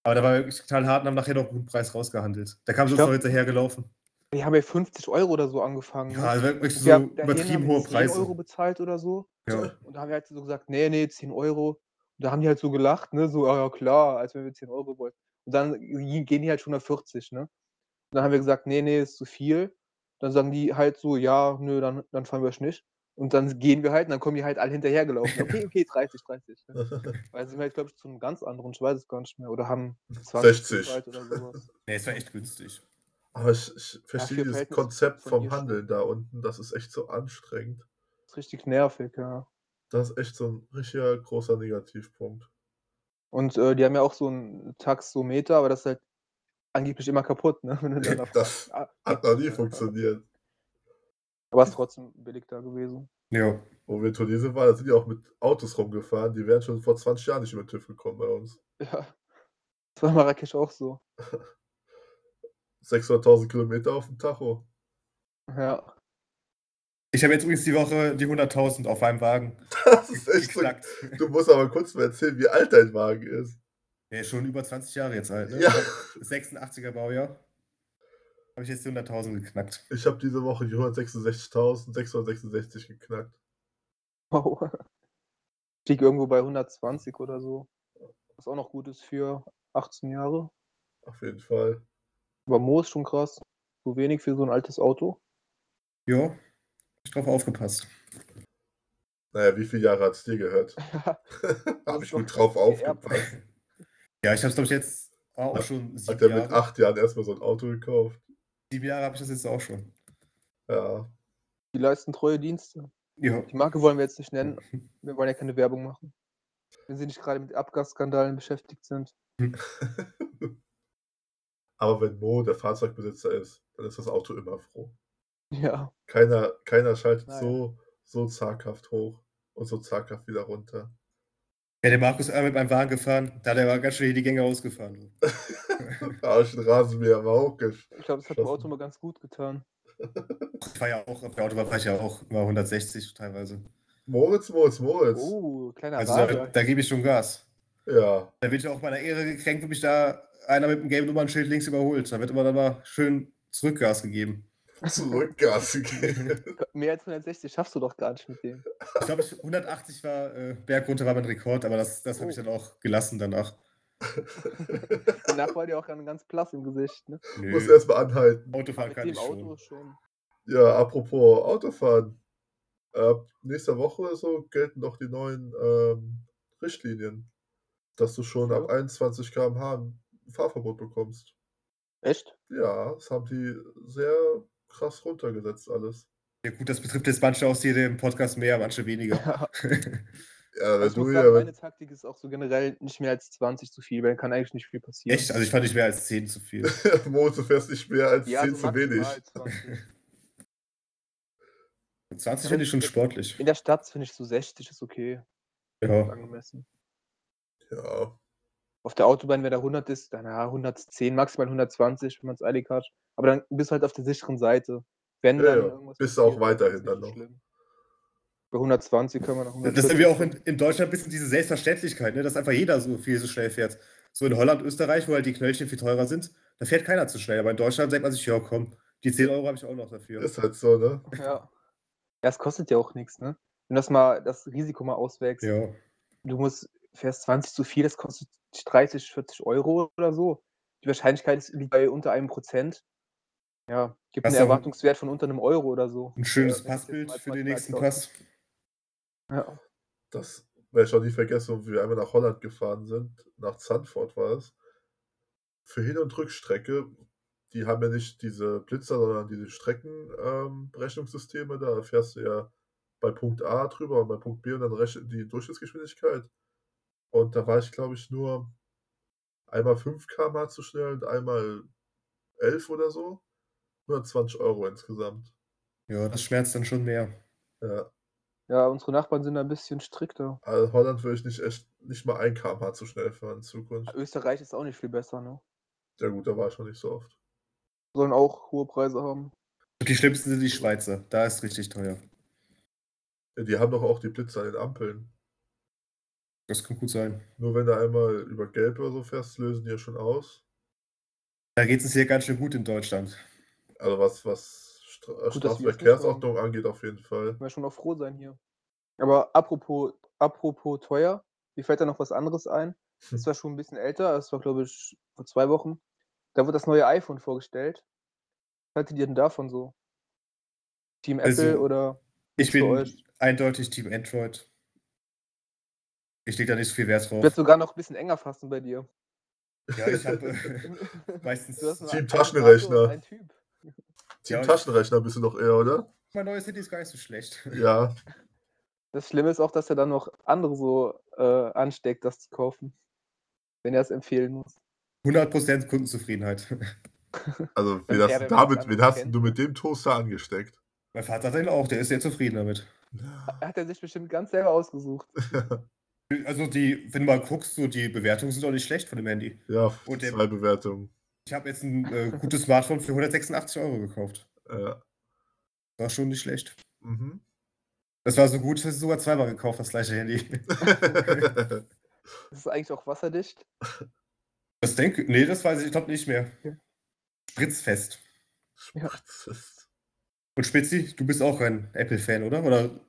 A: Aber da war wirklich total hart und haben nachher noch einen guten Preis rausgehandelt. Da kam so noch
B: glaub-
A: hinterhergelaufen.
B: Die haben ja 50 Euro oder so angefangen. ne?
A: Ja, also wirklich so
B: Wir haben- dahin
A: übertrieben
B: haben
A: hohe
B: wir 10 Euro
A: Preise.
B: bezahlt oder so.
A: Ja.
B: Und da haben wir halt so gesagt, nee, nee, 10 Euro. Und da haben die halt so gelacht, ne? So, ah, ja klar, als wenn wir 10 Euro wollten. Und dann g- gehen die halt schon auf 40, ne? Und dann haben wir gesagt, nee, nee, ist zu viel. Dann sagen die halt so, ja, nö, dann, dann fahren wir es nicht. Und dann gehen wir halt und dann kommen die halt alle
A: *laughs*
B: hinterhergelaufen. Okay, okay, 30, 30. Ne? Weil sind wir halt, glaube ich, zu einem ganz anderen, ich weiß es gar nicht mehr. Oder
C: *laughs*
B: haben
C: 60.
B: bezahlt oder
C: *laughs*
B: sowas.
A: Nee, es war echt günstig.
C: Aber ich, ich verstehe
B: für
C: dieses
B: Verhältnisse
C: Konzept
B: von
C: vom
B: hier schon.
C: Handeln da unten. Das ist echt so anstrengend.
B: Das ist richtig nervig, ja.
C: Das ist echt so ein richtiger großer Negativpunkt.
B: Und äh, die haben ja auch so ein Taxometer, aber das ist halt angeblich immer kaputt, ne? *laughs* Wenn du danach
C: *laughs* Das
B: Ah,
C: hat noch nie funktioniert.
B: aber ist trotzdem billig da gewesen. *laughs*
A: Ja.
C: Wo wir in Tunesien waren, da sind die auch mit Autos rumgefahren. Die wären schon vor 20 Jahren nicht über den TÜV gekommen bei uns.
B: Ja. Das war in Marrakesch auch so.
C: 600.000 Kilometer auf dem Tacho.
B: Ja. *laughs*
A: Ich habe jetzt übrigens die Woche die 100.000 auf einem Wagen
C: *laughs* Das ist echt so.
A: geknackt.
C: Du musst aber kurz mal erzählen, wie alt dein Wagen ist.
A: Der ist schon über 20 Jahre jetzt alt, ne?
C: Ja.
A: 86er Baujahr. Habe ich jetzt die 100.000 geknackt.
C: Ich habe diese Woche die 166.666 geknackt.
B: Wow. Ich lieg irgendwo bei 120 oder so. Was auch noch gut ist für 18 Jahre.
C: Auf jeden Fall.
B: Aber Mo ist schon krass. So wenig für so ein altes Auto. *laughs*
A: Jo. Hab Ich drauf aufgepasst.
C: Naja, wie viele Jahre hat's dir *laughs* gehört?
B: Das
C: Habe
B: ist
C: ich
B: doch
C: gut drauf
B: geerbt.
C: aufgepasst.
A: Ja, ich habe es, glaube ich, jetzt auch schon
C: Hat
A: sieben
C: er mit
A: Jahre.
C: acht Jahren erstmal so ein Auto gekauft?
A: Sieben Jahre habe ich das jetzt auch schon.
C: Ja.
B: Die leisten treue Dienste.
A: Ja.
B: Die Marke wollen wir jetzt nicht nennen. Wir wollen ja keine Werbung machen. Wenn sie nicht gerade mit Abgasskandalen beschäftigt sind. *laughs*
C: Aber wenn Mo der Fahrzeugbesitzer ist, dann ist das Auto immer froh.
B: Ja.
C: Keiner, keiner schaltet
B: Naja.
C: so, so zaghaft hoch und so zaghaft wieder *laughs* runter.
A: Ja, der Markus ist einmal mit meinem Wagen gefahren, da hat er aber ganz schnell die Gänge ausgefahren.
C: da habe ich den Rasenmäher aber auch gesch
B: Ich glaube, das hat dem Auto mal ganz gut getan.
A: Ich war ja auch, auf der Autobahn war ich ja auch immer 160 teilweise.
C: Moritz, Moritz, Moritz.
B: Oh, kleiner
A: Also da,
B: Wagen.
A: da gebe ich schon Gas.
C: Ja,
A: Da wird ja auch meiner Ehre gekränkt, wenn mich da einer mit dem gelben Nummernschild links überholt. Da wird immer dann mal schön Zurückgas
B: *laughs*
A: gegeben.
C: zurück Gas gegeben.
B: Mehr als 160 schaffst du doch gar nicht mit dem.
A: Ich glaube, ich- 180 war äh, bergunter war mein Rekord, aber das, das habe ich
B: Oh.
A: dann auch gelassen danach.
B: Danach war dir auch dann ganz blass im Gesicht. Ne?
A: Nö.
C: Muss erstmal anhalten.
A: Autofahren
B: Mit
A: kann
B: dem
A: ich
B: Auto
A: schon.
B: schon.
C: Ja, apropos Autofahren. Ab nächster Woche oder so gelten doch die neuen ähm, Richtlinien, dass du schon ab
B: Ja.
C: 21 km/h ein Fahrverbot bekommst.
B: Echt?
C: Ja, das haben die sehr krass runtergesetzt alles.
A: Ja gut, das betrifft jetzt manche aus hier im Podcast mehr, manche weniger.
B: Ja.
C: Ja, wenn
B: Also ich
C: du
B: muss
C: ja,
B: sagen,
C: wenn,
B: meine Taktik ist auch so generell nicht mehr als 20 zu viel, weil dann kann eigentlich nicht viel
A: *laughs*
B: passieren.
A: Echt? Also ich fand nicht mehr als 10 zu
B: *laughs*
A: viel.
C: Mo, du fährst nicht mehr als
B: Ja,
C: 10
B: so
C: zu wenig.
B: maximal 20.
A: 20 finde ich schon sportlich.
B: In der Stadt finde ich so 60 ist okay, ist
A: Ja.
B: angemessen.
C: Ja,
B: Auf der Autobahn, wenn da 100 ist, dann ja, 110, maximal 120, wenn man es eilig hat. Aber dann bist du halt auf der sicheren Seite. Wenn
C: Ja,
B: dann
C: ja,
B: irgendwas
C: bist du auch
B: passiert, ist
C: weiterhin
B: nicht
C: dann
B: so
C: noch.
B: schlimm. Bei 120 können wir noch
A: Das
B: 140.
A: ist irgendwie auch in, in Deutschland ein bisschen diese Selbstverständlichkeit, ne? dass einfach jeder so viel so schnell fährt. So in Holland, Österreich, wo halt die Knöllchen viel teurer sind, da fährt keiner zu schnell. Aber in Deutschland sagt man sich, ja komm, die 10 Euro habe ich auch noch dafür.
C: ist halt so, ne?
B: Ja. ja, es kostet ja auch nichts, ne? Wenn du das mal das Risiko mal auswächst,
A: Ja.
B: du musst, fährst 20 zu viel, das kostet 30, 40 Euro oder so. Die Wahrscheinlichkeit ist- liegt bei unter einem Prozent. Ja, gibt
A: Das
B: einen
A: ist doch-
B: Erwartungswert von unter einem Euro oder so.
A: Ein schönes
B: Ja,
A: Passbild
B: das ist jetzt
A: für
B: mal
A: den nächsten
B: als
A: Pass.
B: Ja.
C: Das werde ich auch nie vergessen, wie wir einmal nach Holland gefahren sind. Nach Zandvoort war es. Für Hin- und Rückstrecke, die haben ja nicht diese Blitzer, sondern diese Streckenberechnungssysteme. Ähm, da fährst du ja bei Punkt A drüber und bei Punkt B und dann rechnet die Durchschnittsgeschwindigkeit. Und da war ich, glaube ich, nur einmal 5 km/h zu schnell und einmal 11 oder so. 120 Euro insgesamt.
A: Ja, das schmerzt dann schon mehr.
C: Ja,
B: ja, unsere Nachbarn sind da ein bisschen strikter.
C: also Holland würde ich nicht echt nicht mal 1 km/h zu schnell fahren in Zukunft.
B: Österreich ist auch nicht viel besser, ne?
C: Ja gut, da war ich schon nicht so oft.
B: Sollen auch hohe Preise haben.
A: Und die schlimmsten sind die Schweizer. Da ist richtig teuer.
C: Ja, die haben doch auch die Blitze an den Ampeln.
A: Das kann gut sein.
C: Nur wenn du einmal über Gelb oder so fährst, lösen die ja schon aus.
A: Da geht es uns hier ganz schön gut in Deutschland.
C: Also was, was Stra
B: Gut, dass wir jetzt nicht
C: Straßenverkehrsordnung angeht, auf jeden Fall.
B: Können wir schon auch froh sein hier. Aber apropos, apropos teuer, mir fällt da noch was anderes ein.
C: Hm.
B: Das war schon ein bisschen älter, das war glaube ich vor zwei Wochen. Da wurde das neue iPhone vorgestellt. Was haltet ihr denn davon so? Team
A: Also,
B: Apple oder
A: Ich
B: für
A: bin
B: euch?
A: eindeutig Team Android. Ich leg da nicht so viel Wert
B: Ich
A: drauf.
B: werde sogar noch ein bisschen enger fassen bei dir. *laughs*
A: Ja, ich habe äh,
B: Du
A: meistens
B: hast nur
C: Team
B: einen
C: Taschenrechner.
B: Vater und einen Typ.
C: *laughs* Team
A: Ja, ich-
C: Taschenrechner bist du doch eher, oder?
A: mein neues Handy ist gar nicht so schlecht.
C: Ja.
B: Das Schlimme ist auch, dass er dann noch andere so äh, ansteckt, das zu kaufen. Wenn er es empfehlen muss.
A: 100% Kundenzufriedenheit. *laughs*
C: Also wen
B: wäre
C: hast, du
B: was
C: damit, wen
B: anderes
C: hast
B: kennt.
C: du mit dem Toaster angesteckt?
A: Mein Vater hat den auch, der ist sehr zufrieden damit.
B: Hat er sich bestimmt ganz selber ausgesucht.
A: Also die, wenn du mal guckst, so die Bewertungen sind auch nicht schlecht von dem Handy.
C: *laughs* Ja,
A: Und der-
C: zwei Bewertungen.
A: Ich habe jetzt ein
B: *laughs*
A: äh, gutes Smartphone für 186 Euro gekauft.
C: Ja.
A: War schon nicht schlecht.
C: Mhm.
A: Das war so gut, dass ich sogar zweimal gekauft das gleiche
B: *laughs*
A: Handy.
C: *laughs*
B: Ist es eigentlich auch wasserdicht?
A: Das denke ich. Nee, das weiß ich, ich glaube nicht mehr.
B: Ja.
A: Spritzfest.
C: Spatzes.
A: Und Spitzi, du bist auch ein Apple-Fan, oder? Oder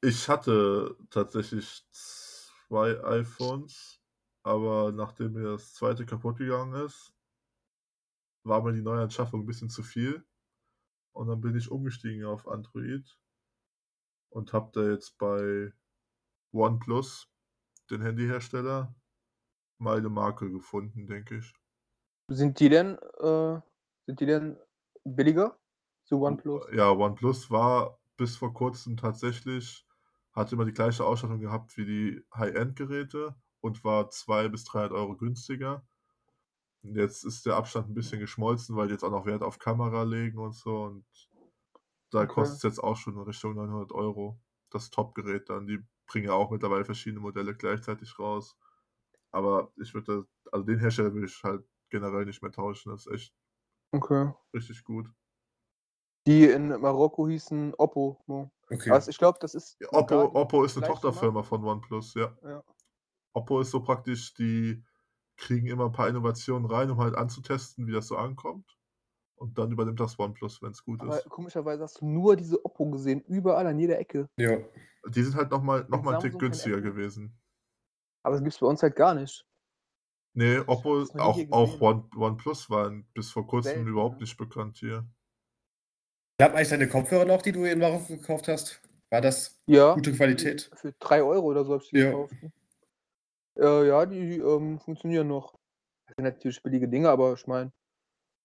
C: Ich hatte tatsächlich zwei iPhones, aber nachdem mir das zweite kaputt gegangen ist, war mir die Neuanschaffung ein bisschen zu viel. Und dann bin ich umgestiegen auf Android und habe da jetzt bei OnePlus, den Handyhersteller, meine Marke gefunden, denke ich.
B: Sind die denn, äh, sind die denn billiger? So OnePlus?
C: Ja, OnePlus war bis vor kurzem tatsächlich, hat immer die gleiche Ausstattung gehabt wie die High-End-Geräte und war 200 bis 300 Euro günstiger. Und jetzt ist der Abstand ein bisschen geschmolzen, weil die jetzt auch noch Wert auf Kamera legen und so. Und da
B: Okay.
C: kostet es jetzt auch schon in Richtung 900 Euro. Das Top-Gerät dann. Die bringen ja auch mittlerweile verschiedene Modelle gleichzeitig raus. Aber ich würde, da- also den Hersteller würde ich halt generell nicht mehr tauschen. Das ist echt
B: Okay.
C: richtig gut.
B: Die in Marokko hießen Oppo. Mo.
A: Okay.
B: Also ich glaube, das ist.
C: Ja,
B: sogar
C: Oppo,
B: die
C: Oppo ist eine
B: gleiche
C: Tochterfirma von OnePlus, ja.
B: ne? Ja.
C: Oppo ist so praktisch, die kriegen immer ein paar Innovationen rein, um halt anzutesten, wie das so ankommt. Und dann übernimmt das OnePlus, wenn es gut
B: Aber
C: ist.
B: komischerweise hast du nur diese Oppo gesehen, überall an jeder Ecke.
A: Ja.
C: Die sind halt nochmal noch mal einen Tick
B: Samsung kein
C: günstiger
B: Apple.
C: gewesen.
B: Aber das gibt es bei uns halt gar nicht.
C: Nee,
B: hab
C: Oppo,
B: das noch nie
C: auch,
B: hier
C: auch
B: gesehen.
C: One, OnePlus waren bis vor kurzem
B: Selten,
C: überhaupt
B: ne?
C: nicht
B: *laughs*
C: bekannt hier.
A: Ich habe eigentlich deine Kopfhörer noch, die du in Marokko gekauft hast. War das
B: Ja.
A: gute Qualität?
B: Für 3 Euro oder so habe ich die
A: Ja.
B: gekauft. ne? Äh, ja, die ähm, funktionieren noch. Das sind natürlich billige Dinge, aber ich meine,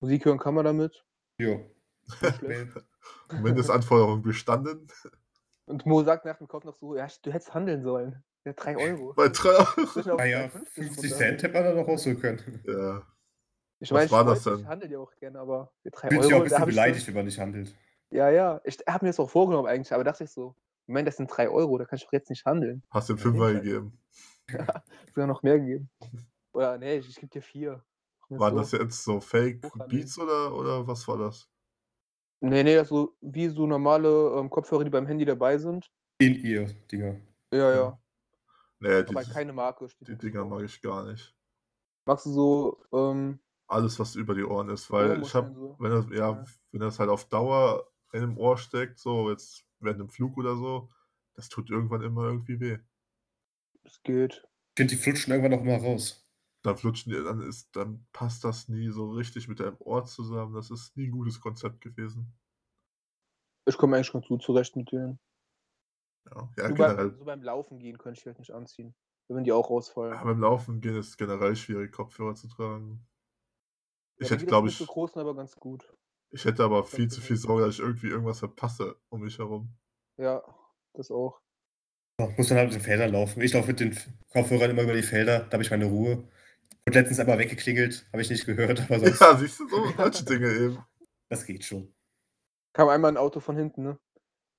B: Musik hören kann man damit.
A: Ja.
B: Nicht *laughs* schlecht.
C: Mindestanforderung bestanden. *laughs*
B: Und Mo sagt nach dem Kopf noch so, ja, du hättest handeln sollen. Ja, 3 Euro.
C: Bei 3 Euro.
B: Zwischen auf
A: Naja,
B: 3,50
A: 50
B: runter.
A: Ah Cent hätte man da noch rausholen können.
C: Ja.
B: Ich
C: Was
B: meine, ich,
C: war das
B: freu mich, ich
C: denn?
B: handle ja auch gerne, aber die 3
A: Fühlt sich auch ein
B: Euro, da
A: bisschen
B: habe ich
A: beleidigt,
B: so,
A: wenn man nicht handelt.
B: Ja, ja, ich habe mir das auch vorgenommen eigentlich, aber dachte ich so, Moment, das sind 3 Euro, da kann ich doch jetzt nicht handeln.
C: Hast den Fünfer
B: Ja.
C: gegeben.
B: Sogar noch mehr gegeben. Oder nee, ich, ich gebe dir 4.
C: Waren das jetzt so Fake
B: Hochhandel.
C: Beats oder, oder was war das?
B: Nee, nee, also wie so normale ähm, Kopfhörer, die beim Handy dabei sind.
A: In ihr, Dinger.
B: Ja,
C: Ja.
B: ja.
C: Nee,
B: Aber
C: die,
B: keine Marke steht.
C: die
B: nicht
C: Dinger
B: drauf.
C: mag ich gar nicht.
B: Magst du so, ähm,
C: Alles, was über die Ohren ist, weil
B: Promos
C: ich habe,
B: und so.
C: wenn das, ja,
B: Ja.
C: wenn das halt auf Dauer in dem Ohr steckt, so jetzt während dem Flug oder so, das tut irgendwann immer irgendwie weh.
B: es geht.
A: Ich finde, die flutschen irgendwann auch mal raus.
C: Dann flutschen die, dann ist, dann passt das nie so richtig mit deinem Ohr zusammen. Das ist nie ein gutes Konzept gewesen.
B: Ich komme eigentlich ganz gut zurecht mit denen.
C: Ja, ja
B: Nur
C: generell.
B: beim, so beim Laufen gehen könnte ich die halt nicht anziehen. Wenn die auch rausfallen.
C: Ja, beim Laufen gehen ist es generell schwierig, Kopfhörer zu tragen.
B: Ja,
C: Ich
B: da
C: hätte,
B: geht es
C: glaube
B: mit
C: ich,
B: so großen aber ganz gut.
C: ich hätte aber viel
B: ganz
C: zu viel
B: genau.
C: Sorge, dass ich irgendwie irgendwas verpasse um mich herum.
B: Ja, das auch.
A: Ja, Muss dann halt mit den Feldern laufen. Ich laufe mit den F- Kopfhörern immer über die Felder, da habe ich meine Ruhe. Wurde letztens einmal weggeklingelt, habe ich nicht gehört, *laughs* aber sonst,
C: *laughs* Ja, siehst du, so
B: *laughs*
C: solche Dinge eben.
A: das geht schon.
B: Kam einmal ein Auto von hinten, ne?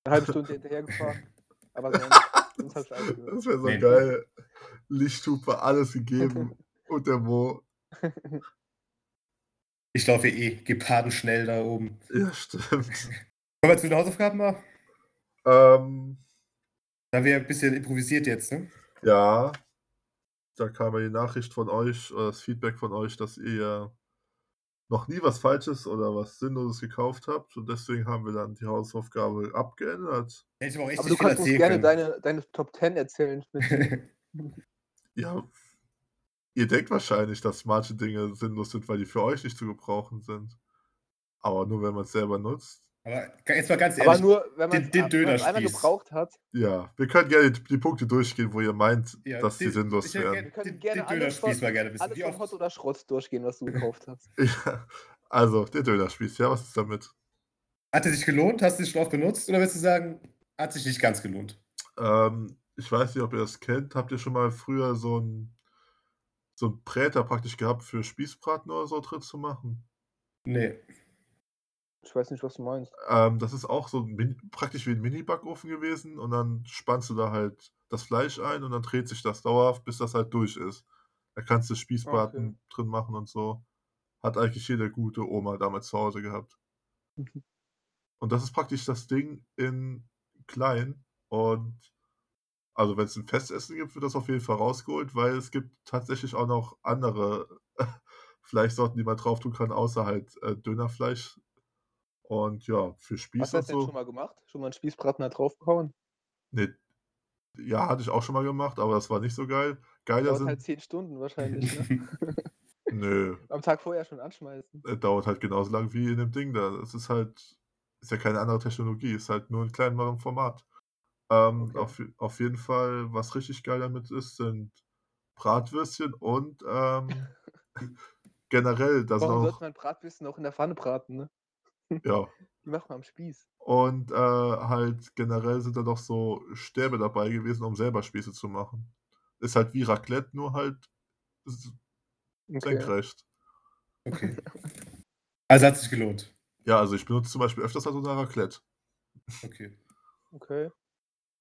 B: Eine halbe Stunde hinterhergefahren.
C: *laughs*
B: Aber sonst, sonst hab ich alles gehört.
C: Das wäre so
A: Nee.
C: geil. Lichthupe,
B: *laughs*
C: alles gegeben. Und der Mo.
A: Ich laufe eh gepardenschnell da oben.
C: Ja, stimmt.
A: Kommen wir zu den Hausaufgaben mal?
C: ähm,
A: Da haben wir ein bisschen improvisiert jetzt, ne?
C: ja, da kam ja die Nachricht von euch, oder das Feedback von euch, dass ihr noch nie was Falsches oder was Sinnloses gekauft habt. Und deswegen haben wir dann die Hausaufgabe abgeändert.
A: Da Hätte ich aber auch echt
B: Aber du
A: nicht viel
B: kannst uns
A: erzählen
B: gerne
A: können.
B: deine, deine Top 10
C: *laughs*
B: erzählen. Mit.
C: Ja, ihr denkt wahrscheinlich, dass manche Dinge sinnlos sind, weil die für euch nicht zu gebrauchen sind. Aber nur wenn man es selber nutzt.
A: *laughs* aber jetzt mal ganz
B: Aber
A: ehrlich,
B: nur, wenn man
A: den Döner
B: einmal
A: spieß.
B: gebraucht hat,
C: Ja, wir können gerne die, die Punkte durchgehen, wo ihr meint,
A: Ja,
C: dass die,
A: die-
C: sinnlos
A: ich hätte
C: wären.
A: gerne-
B: wir können
A: Den-
B: gerne
A: den Döner
B: alles von-
A: spieß mal gerne ein bisschen.
B: alles
A: Wie
B: von
A: oft-
B: Hot oder Schrott durchgehen, was du gekauft hast.
C: *laughs* Ja. Also, der Dönerspieß, ja, was ist damit?
A: hat er sich gelohnt? Hast du dich schon oft benutzt? Oder willst du sagen, hat sich nicht ganz gelohnt?
C: Ähm, ich weiß nicht, ob ihr das kennt. Habt ihr schon mal früher so ein, so ein Präter praktisch gehabt für Spießbraten oder so drin zu machen?
A: Nee.
B: Ich weiß nicht, was du meinst.
C: Ähm, das ist auch so ein, Min- praktisch wie ein Mini-Backofen gewesen und dann spannst du da halt das Fleisch ein und dann dreht sich das dauerhaft, bis das halt durch ist. Da kannst du Spießbraten
B: Okay.
C: drin machen und so. Hat eigentlich jede gute Oma damals zu Hause gehabt.
B: Mhm.
C: Und das ist praktisch das Ding in klein. Und also wenn es ein Festessen gibt, wird das auf jeden Fall rausgeholt, weil es gibt tatsächlich auch noch andere *laughs* Fleischsorten, die man drauf tun kann, außer halt äh, Dönerfleisch. Und ja, für
B: Hast
C: Spieß
B: du das
C: und
B: denn
C: so.
B: schon mal gemacht? Schon mal einen Spießbraten da draufgehauen?
C: Nee, ja, hatte ich auch schon mal gemacht, aber das war nicht so geil. Geiler
B: Dauert
C: sind.
B: halt 10 Stunden wahrscheinlich,
C: *laughs*
B: ne?
C: Nö,
B: Am Tag vorher schon anschmeißen.
C: äh, dauert halt genauso lang wie in dem Ding da. Es ist halt, ist ja keine andere Technologie, ist halt nur in kleinerem Format. Ähm,
B: Okay.
C: auf, auf jeden Fall, was richtig geil damit ist, sind Bratwürstchen und
B: *laughs*
C: ähm, generell, da sind
B: Warum
C: auch,
B: sollte man Bratwürsten auch in der Pfanne braten, ne?
C: Ja.
B: Die machen wir am Spieß.
C: Und äh, halt generell sind da noch so Stäbe dabei gewesen, um selber Spieße zu machen. Ist halt wie Raclette, nur halt s-
B: Okay.
C: senkrecht.
A: *laughs* Okay. Also hat sich gelohnt.
C: Ja, also ich benutze zum Beispiel öfters halt unser Raclette.
A: Okay.
B: okay.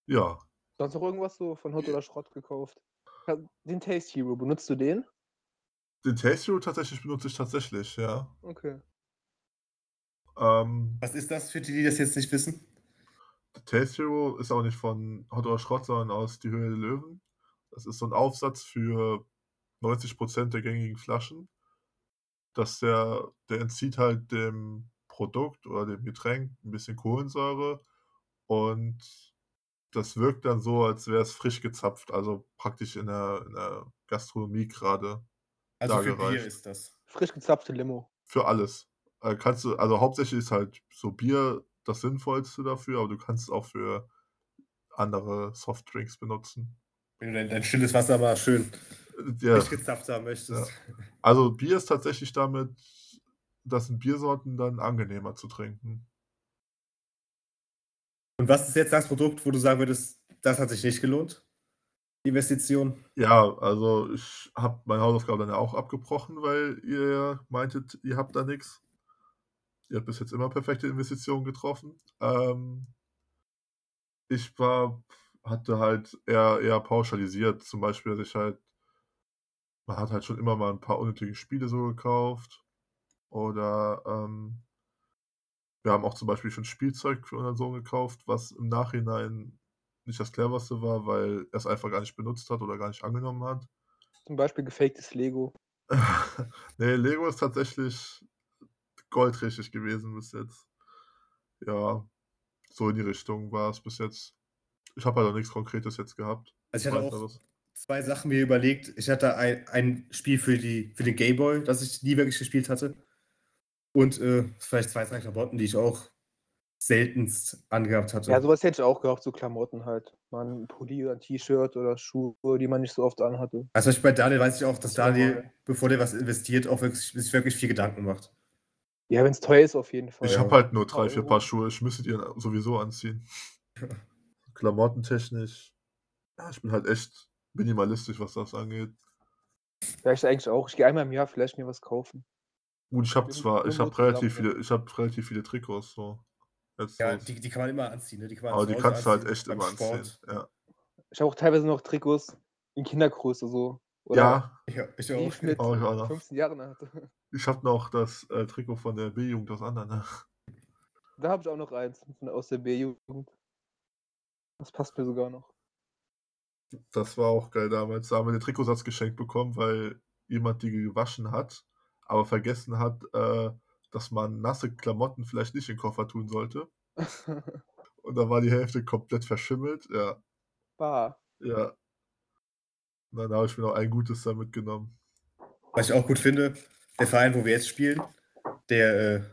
C: Ja.
B: Sonst noch irgendwas so von Hot oder Schrott gekauft? Ja, Den Taste Hero, benutzt du den?
C: Den Taste Hero tatsächlich benutze ich tatsächlich, ja.
B: Okay.
C: Ähm,
A: Was ist das für die, die das jetzt nicht wissen?
C: der Taste Hero ist auch nicht von Hot oder Schrott, sondern aus Die Höhle der Löwen. Das ist so ein Aufsatz für 90% der gängigen Flaschen. Dass der, der entzieht halt dem Produkt oder dem Getränk ein bisschen Kohlensäure und das wirkt dann so, als wäre es frisch gezapft, also praktisch in der, in der Gastronomie gerade.
A: Also für Bier
C: Lagerreif.
A: ist das.
B: Frisch gezapfte Limo.
C: für alles. Äh, kannst du, also hauptsächlich ist halt so Bier das Sinnvollste dafür, aber du kannst es auch für andere Softdrinks benutzen.
A: Wenn du dein, dein stilles Wasser mal schön
C: Äh, Ja,
A: nicht gezapft haben möchtest.
C: also Bier ist tatsächlich damit, das sind Biersorten dann angenehmer zu trinken.
A: Und was ist jetzt das Produkt, wo du sagen würdest, das hat sich nicht gelohnt? Die Investition?
C: Ja, also ich habe meine Hausaufgabe dann ja auch abgebrochen, weil ihr meintet, ihr habt da nichts. Ihr habt bis jetzt immer perfekte Investitionen getroffen. Ähm, ich war, hatte halt eher, eher pauschalisiert, zum Beispiel, dass ich halt, man hat halt schon immer mal ein paar unnötige Spiele so gekauft. Oder ähm, wir haben auch zum Beispiel schon Spielzeug für unseren Sohn gekauft, was im Nachhinein nicht das cleverste war, weil er es einfach gar nicht benutzt hat oder gar nicht angenommen hat.
B: Zum Beispiel gefaktes Lego.
C: nee, Lego ist tatsächlich goldrichtig gewesen bis jetzt. Ja, so in die Richtung war es bis jetzt. Ich habe halt auch nichts Konkretes jetzt gehabt.
A: Also ich hatte auch
C: Weiteres.
A: zwei Sachen mir überlegt. Ich hatte ein, ein Spiel für, die, für den Gameboy, das ich nie wirklich gespielt hatte. Und äh, vielleicht zwei, drei Klamotten, die ich auch seltenst angehabt hatte.
B: Ja, sowas hätte ich auch gehabt, so Klamotten halt. Mal ein Pulli oder ein T-Shirt oder Schuhe, die man nicht so oft anhatte.
A: also zum Beispiel bei Daniel weiß ich auch, dass
B: Das war
A: Daniel,
B: mal-
A: bevor der was investiert, auch wirklich, sich wirklich viel Gedanken macht.
B: Ja, wenn es teuer ist, auf jeden Fall.
C: Ich
A: Ja.
C: habe halt nur drei,
B: Paar
C: vier
B: Euro.
C: Paar Schuhe. Ich müsste die
A: *laughs*
C: sowieso anziehen. Klamottentechnisch. Ja, ich bin halt echt minimalistisch, was das angeht.
B: Ja, ich eigentlich auch. Ich gehe einmal im Jahr vielleicht mir was kaufen.
C: Gut, ich habe
B: Bin-
C: zwar,
B: bin
C: ich habe
B: gut zusammen,
C: relativ
B: ja.
C: viele, ich habe relativ viele Trikots so. Jetzt
A: Ja,
C: so.
A: die, die kann man immer anziehen. Ne? Die kann man
C: Aber
A: zu
C: die
A: Hause
C: kannst du halt
A: anziehen,
C: echt
A: beim
C: immer anziehen.
A: Sport.
C: Ja.
B: Ich habe auch teilweise noch Trikots in Kindergröße so.
C: ja,
A: Ja, ich
B: die
A: auch.
B: ich mit
C: auch ich auch noch.
B: 15 Jahren hatte.
C: Ich habe noch das äh, Trikot von der B-Jugend aus
B: *laughs*
C: anderen. ne?
B: Da habe ich auch noch eins von- aus der B-Jugend. Das passt mir sogar noch. *laughs*
C: Das war auch geil damals. Da haben wir den Trikotsatz geschenkt bekommen, weil jemand die gewaschen hat, aber vergessen hat, äh, dass man nasse Klamotten vielleicht nicht in den Koffer tun sollte. Und da war die Hälfte komplett verschimmelt. Ja,
B: Bah.
C: ja. Und dann habe ich mir noch ein gutes da mitgenommen.
A: Was ich auch gut finde, der Verein, wo wir jetzt spielen, der äh,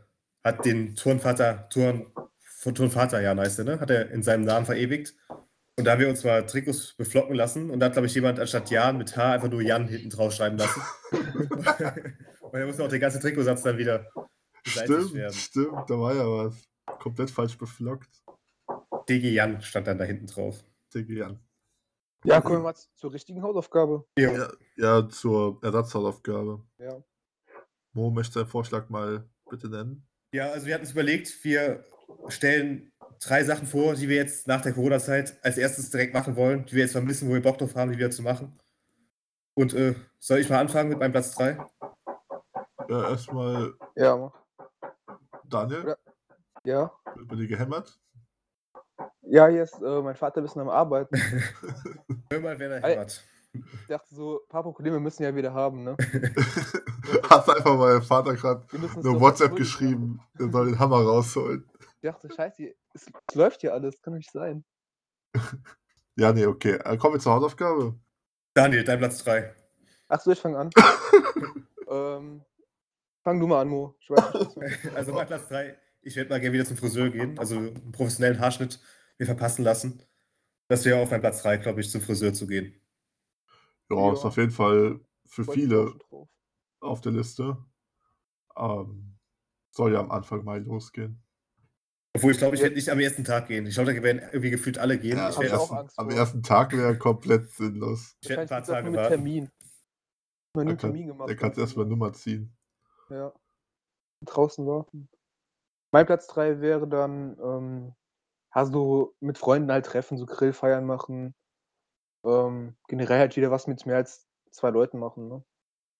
A: hat den Turnvater, Turn, von Turnvater, ja, heißt er, ne? Hat er in seinem Namen verewigt. Und da haben wir uns mal Trikots beflocken lassen und da hat, glaube ich, jemand anstatt Jan mit H einfach nur Jan hinten drauf schreiben lassen. *laughs* und dann muss auch der ganze Trikotsatz dann wieder beseitigt
C: Stimmt,
A: werden.
C: stimmt, da war ja was. Komplett falsch beflockt.
A: DG Jan stand dann da hinten drauf.
C: Digga, Jan.
B: Ja, kommen wir mal z- zur richtigen Hausaufgabe.
A: Ja.
C: Ja, zur Ersatzhausaufgabe.
B: Ja.
C: Mo möchte seinen Vorschlag mal bitte nennen.
A: Ja, also wir hatten uns überlegt, wir stellen drei Sachen vor, die wir jetzt nach der Corona-Zeit als erstes direkt machen wollen, die wir jetzt vermissen, wo wir Bock drauf haben, die wieder zu machen. Und äh, soll ich mal anfangen mit meinem Platz 3?
C: Ja, erstmal
B: Ja, mach.
C: Daniel,
B: ja.
C: wird bei dir gehämmert.
B: Ja, hier ist äh, mein Vater ein bisschen am Arbeiten.
A: Hör mal, wer da
B: Ei.
A: hat.
B: Ich dachte so, ein paar Probleme müssen wir ja wieder haben, ne?
C: *laughs* Hast einfach meinem Vater gerade
B: Wir müssen uns
C: eine
B: doch
C: WhatsApp
B: entschuldigen, ne?
C: geschrieben, er soll den Hammer rausholen.
B: Ich dachte, scheiße, hier- es, es läuft hier alles, kann nicht sein.
C: Ja, nee, okay. Äh, Kommen wir zur Hausaufgabe.
A: Daniel, dein Platz 3.
B: Ach so, ich fange
C: *laughs*
B: an. ähm, fang du mal an, Mo. Ich weiß nicht,
C: *laughs*
B: was du-
A: Also mein Platz 3, ich werde mal gerne wieder zum Friseur gehen, also einen professionellen Haarschnitt mir verpassen lassen. Das wäre auf meinem Platz 3, glaube ich, zum Friseur zu gehen.
C: Ja,
B: Ja.
C: ist auf jeden Fall für
B: freut mich auch
C: viele
B: schon drauf.
C: auf der Liste. Ähm, Soll ja am Anfang Mai losgehen.
A: Obwohl, ich glaube, ich
B: Ja.
A: werde nicht am ersten Tag gehen. Ich glaube, da werden irgendwie gefühlt alle gehen.
C: Ja,
A: ich
B: hab
C: am,
A: werde
B: ich auch
C: ersten,
B: Angst
C: am
B: vor.
C: ersten Tag wäre komplett sinnlos.
A: ich werd ein paar
B: Wahrscheinlich liegt's auch
A: Tage
B: nur mit
A: warten.
B: Termin. Ich hab noch nie
C: Da
B: einen
C: kann-
B: Termin gemacht. ne?
C: Der kann erstmal Nummer ziehen.
B: Ja. Draußen warten. Mein Platz 3 wäre dann, ähm, also mit Freunden halt treffen, so Grillfeiern machen. Ähm, generell halt wieder was mit mehr als zwei Leuten machen, ne?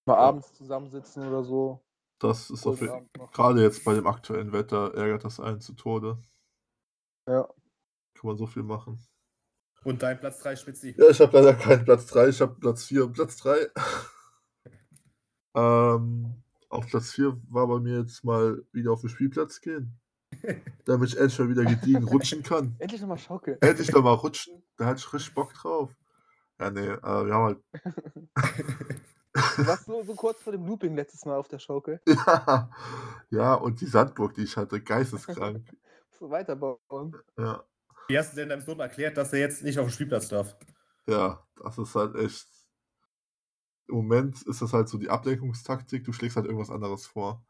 B: Mal
A: Ja.
B: abends zusammensitzen oder so.
C: Das ist
B: ruhigen
C: auf jeden
B: Abend machen.
C: Gerade jetzt bei dem aktuellen Wetter ärgert das einen zu Tode.
B: Ja.
C: Kann man so viel machen.
A: Und dein Platz 3 Spitzi.
C: Ja, ich habe leider keinen Platz 3, ich habe Platz 4 und Platz 3. *laughs* ähm, auf Platz 4 war bei mir jetzt mal wieder auf den Spielplatz gehen. Damit ich endlich mal wieder gediegen rutschen kann.
B: Endlich nochmal Schaukel.
C: Endlich noch mal rutschen, da hatte ich richtig Bock drauf. Ja, nee, äh, wir haben halt.
B: Du warst so, so kurz vor dem Looping letztes Mal auf der Schaukel.
C: Ja, halt *laughs* ja, und die Sandburg, die ich hatte, geisteskrank.
B: So weiterbauen.
C: Ja,
A: Wie hast du denn deinem Sohn erklärt, dass er jetzt nicht auf den Spielplatz darf?
C: ja, das ist halt echt. Im Moment ist das halt so die Ablenkungstaktik, du schlägst halt irgendwas anderes vor.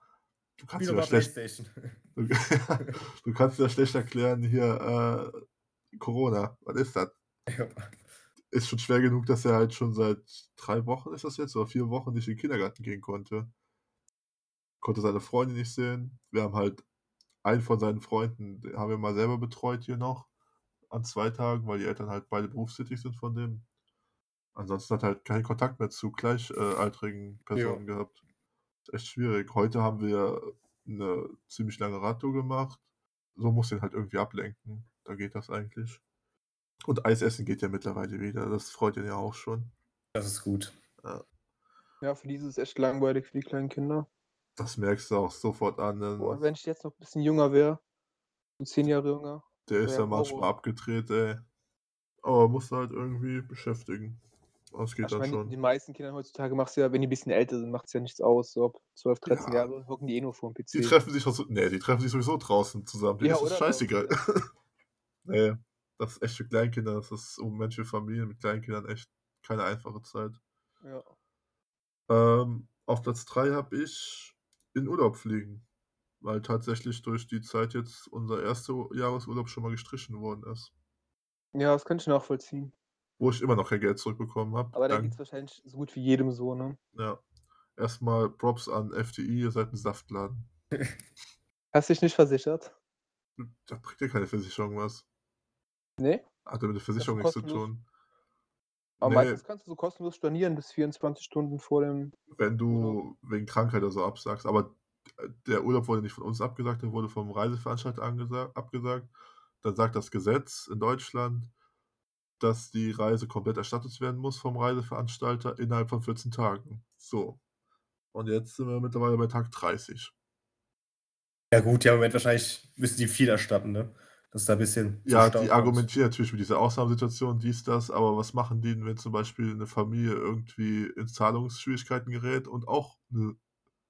C: Du kannst
A: Spiel
C: dir
A: doch
C: das
A: mal
C: schlecht
A: Playstation. *laughs*
C: Du, *laughs* du kannst ja schlecht erklären, hier äh, Corona, was ist das? Ist schon schwer genug, dass er halt schon seit drei Wochen, ist das jetzt, oder vier Wochen nicht in den Kindergarten gehen konnte. Konnte seine Freunde nicht sehen. Wir haben halt einen von seinen Freunden, den haben wir mal selber betreut hier noch, an zwei Tagen, weil die Eltern halt beide berufstätig sind von dem. Ansonsten hat er halt keinen Kontakt mehr zu gleichaltrigen Personen gehabt. Ist echt schwierig. Heute haben wir eine ziemlich lange Radtour gemacht. So muss den halt irgendwie ablenken. Da geht das eigentlich. Und Eis essen geht ja mittlerweile wieder. Das freut ihn ja auch schon.
A: Das ist gut.
B: Ja, für die ist es echt langweilig, für die kleinen Kinder.
C: Das merkst du auch sofort an. Denn
B: Boah, wenn ich jetzt noch ein bisschen jünger wäre, so zehn Jahre jünger,
C: der ist
B: ja
C: ja manchmal
B: Horror.
C: abgedreht, ey. Aber musst du halt irgendwie beschäftigen. Das geht
B: Also ich
C: dann
B: meine, die-
C: schon.
B: die meisten Kinder heutzutage macht ja, wenn die ein bisschen älter sind, macht es ja nichts aus. So ab 12, 13
C: Ja.
B: Jahre hocken die eh nur vor dem PC.
C: Die treffen sich doch so, nee, die treffen sich sowieso draußen zusammen. Denen
B: Ja,
C: ist das
B: oder?
C: scheißegal. *laughs* nee, das ist echt für Kleinkinder, das ist im Moment für Familien mit Kleinkindern echt keine einfache Zeit.
B: ja.
C: Ähm, auf Platz 3 habe ich in Urlaub fliegen, weil tatsächlich durch die Zeit jetzt unser erster Jahresurlaub schon mal gestrichen worden ist,
B: ja, das kann ich nachvollziehen.
C: wo ich immer noch kein Geld zurückbekommen habe.
B: Aber da geht es wahrscheinlich so gut wie jedem so, ne?
C: ja. Erstmal Props an FDI, ihr seid ein Saftladen.
B: Hast dich nicht versichert?
C: Da bringt ja keine Versicherung was.
B: Nee?
C: Hat ja mit der Versicherung nichts zu
B: kostenlos.
C: tun.
B: Aber
C: Nee.
B: meistens kannst du so kostenlos stornieren bis 24 Stunden vor dem.
C: wenn du wegen Krankheit oder so absagst. Aber der Urlaub wurde nicht von uns abgesagt, der wurde vom Reiseveranstalter angesa- abgesagt. Dann sagt das Gesetz in Deutschland, dass die Reise komplett erstattet werden muss vom Reiseveranstalter innerhalb von 14 Tagen. So. Und jetzt sind wir mittlerweile bei Tag 30.
A: Ja, gut, ja, im Moment wahrscheinlich müssen die viel erstatten, ne? Dass da ein bisschen. zu
C: Ja,
A: Stau
C: die
A: kommt.
C: argumentieren natürlich mit dieser Ausnahmesituation, dies, das, aber was machen die, denn, wenn zum Beispiel eine Familie irgendwie in Zahlungsschwierigkeiten gerät und auch eine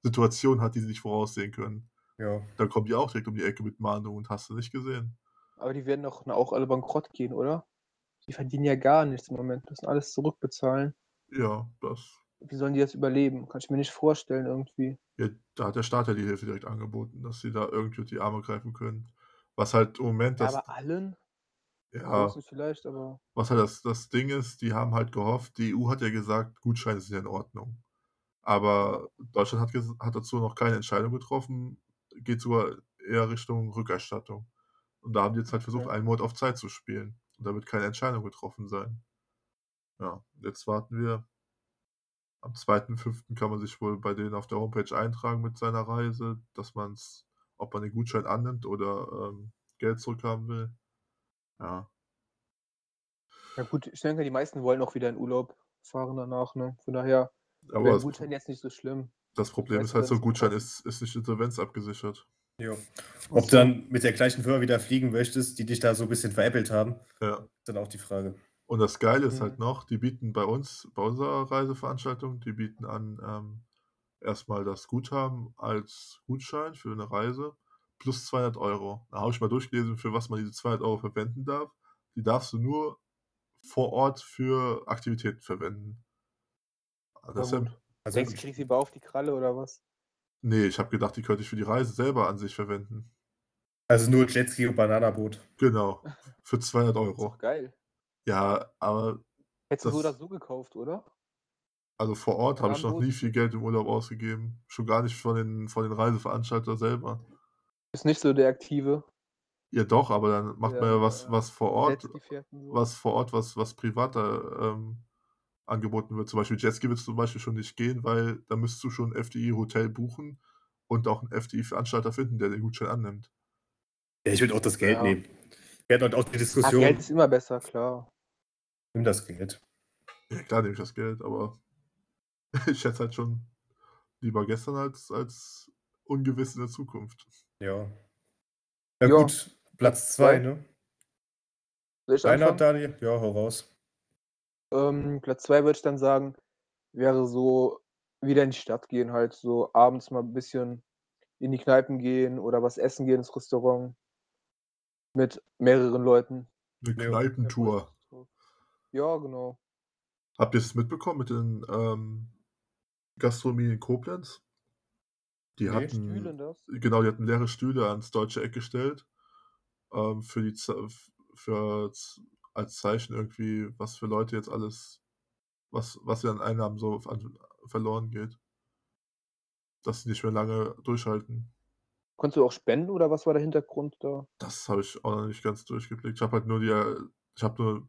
C: Situation hat, die sie nicht voraussehen können?
A: Ja.
C: dann kommen die auch direkt um die Ecke mit Mahnung und hast du nicht gesehen.
B: Aber die werden doch na, auch alle bankrott gehen, oder? Die verdienen ja gar nichts im Moment, müssen alles zurückbezahlen.
C: Ja, das.
B: Wie sollen die das überleben? Kann ich mir nicht vorstellen irgendwie.
C: Ja, da hat der Staat ja die Hilfe direkt angeboten, dass sie da irgendwie unter die Arme greifen können. Was halt im Moment das,
B: ja, aber allen?
C: ja,
B: Großen vielleicht, aber.
C: was halt das, das Ding ist, die haben halt gehofft, die EU hat ja gesagt, Gutscheine sind ja in Ordnung. Aber Deutschland hat, ges- hat dazu noch keine Entscheidung getroffen, geht sogar eher Richtung Rückerstattung. Und da haben die jetzt halt versucht,
B: Okay.
C: einen Monat auf Zeit zu spielen. Und da wird keine Entscheidung getroffen sein. Ja, jetzt warten wir. Am 2.5. kann man sich wohl bei denen auf der Homepage eintragen mit seiner Reise, dass man es, ob man den Gutschein annimmt oder ähm, Geld zurückhaben will. Ja,
B: Ja gut, ich denke, die meisten wollen auch wieder in Urlaub fahren danach, ne? Von daher
C: aber
B: wäre
C: das,
B: ein Gutschein jetzt nicht so schlimm.
C: das Problem
B: weiß
C: ist halt, so ein
B: nicht,
C: Gutschein
B: was-
C: ist, ist nicht Insolvenz abgesichert.
A: ja. Ob du dann mit der gleichen Firma wieder fliegen möchtest, die dich da so ein bisschen veräppelt haben,
C: Ja.
A: ist dann auch die Frage.
C: Und das Geile ist halt
B: Mhm.
C: noch, die bieten bei uns, bei unserer Reiseveranstaltung, die bieten an ähm, erstmal das Guthaben als Gutschein für eine Reise plus 200 Euro. Da habe ich mal durchgelesen, für was man diese 200 Euro verwenden darf. Die darfst du nur vor Ort für Aktivitäten verwenden. Also
B: Na
C: das ist ja,
A: Also
B: gut. Denkst du, kriegst du die Bau auf die Kralle oder was?
C: Nee, ich habe gedacht, die könnte ich für die Reise selber an sich verwenden.
A: Also nur Jetski und Bananaboot.
B: *laughs*
C: Genau. Für 200 Euro.
B: Doch geil.
C: Ja, aber
B: Hättest du so
C: Das-
B: oder so gekauft, oder?
C: also vor Ort habe ich noch
B: Bananenboot.
C: nie viel Geld im Urlaub ausgegeben. Schon gar nicht von den, von den Reiseveranstalter selber.
B: Ist nicht so der aktive.
C: Ja, doch, aber dann macht man
B: Ja,
C: ja was,
B: ja.
C: was vor Ort,
B: Jetski-Fährten so.
C: was vor Ort, was, was privater ähm, angeboten wird. Zum Beispiel Jetski wird zum Beispiel schon nicht gehen, weil da müsstest du schon ein FDI-Hotel buchen und auch einen FDI-Veranstalter finden, der den Gutschein annimmt.
A: Ja, ich würde auch das Geld
B: Ja.
A: nehmen. Wir hatten heute auch die
B: Ah,
A: Diskussion.
B: Geld ist immer besser, klar.
A: Nimm das Geld.
C: Ja, klar nehme ich das Geld, aber *laughs* ich schätze halt schon lieber gestern als, als ungewiss in der Zukunft.
A: Ja. Ja,
B: Ja.
A: gut. Platz zwei,
B: zwei.
A: ne?
B: Soll ich
A: Deiner,
B: anfangen?
A: Daniel? Ja, hau raus.
B: Ähm, Platz 2 würde ich dann sagen, wäre so wieder in die Stadt gehen, halt so abends mal ein bisschen in die Kneipen gehen oder was essen gehen ins Restaurant mit mehreren Leuten.
C: Eine
A: Ja.
C: Kneipentour.
B: Ja, genau.
C: Habt ihr es mitbekommen mit den ähm, Gastronomien in Koblenz? Die
A: Nee.
C: hatten
B: Stühlen das?
C: genau, die hatten leere Stühle ans deutsche Eck gestellt. Ähm, für die Ze- für z- als Zeichen irgendwie, was für Leute jetzt alles, was, was sie an Einnahmen so an, verloren geht. Dass sie nicht mehr lange durchhalten.
B: Konntest du auch spenden oder was war der Hintergrund da?
C: Das habe ich auch noch nicht ganz durchgeblickt. Ich habe halt nur die, ich habe nur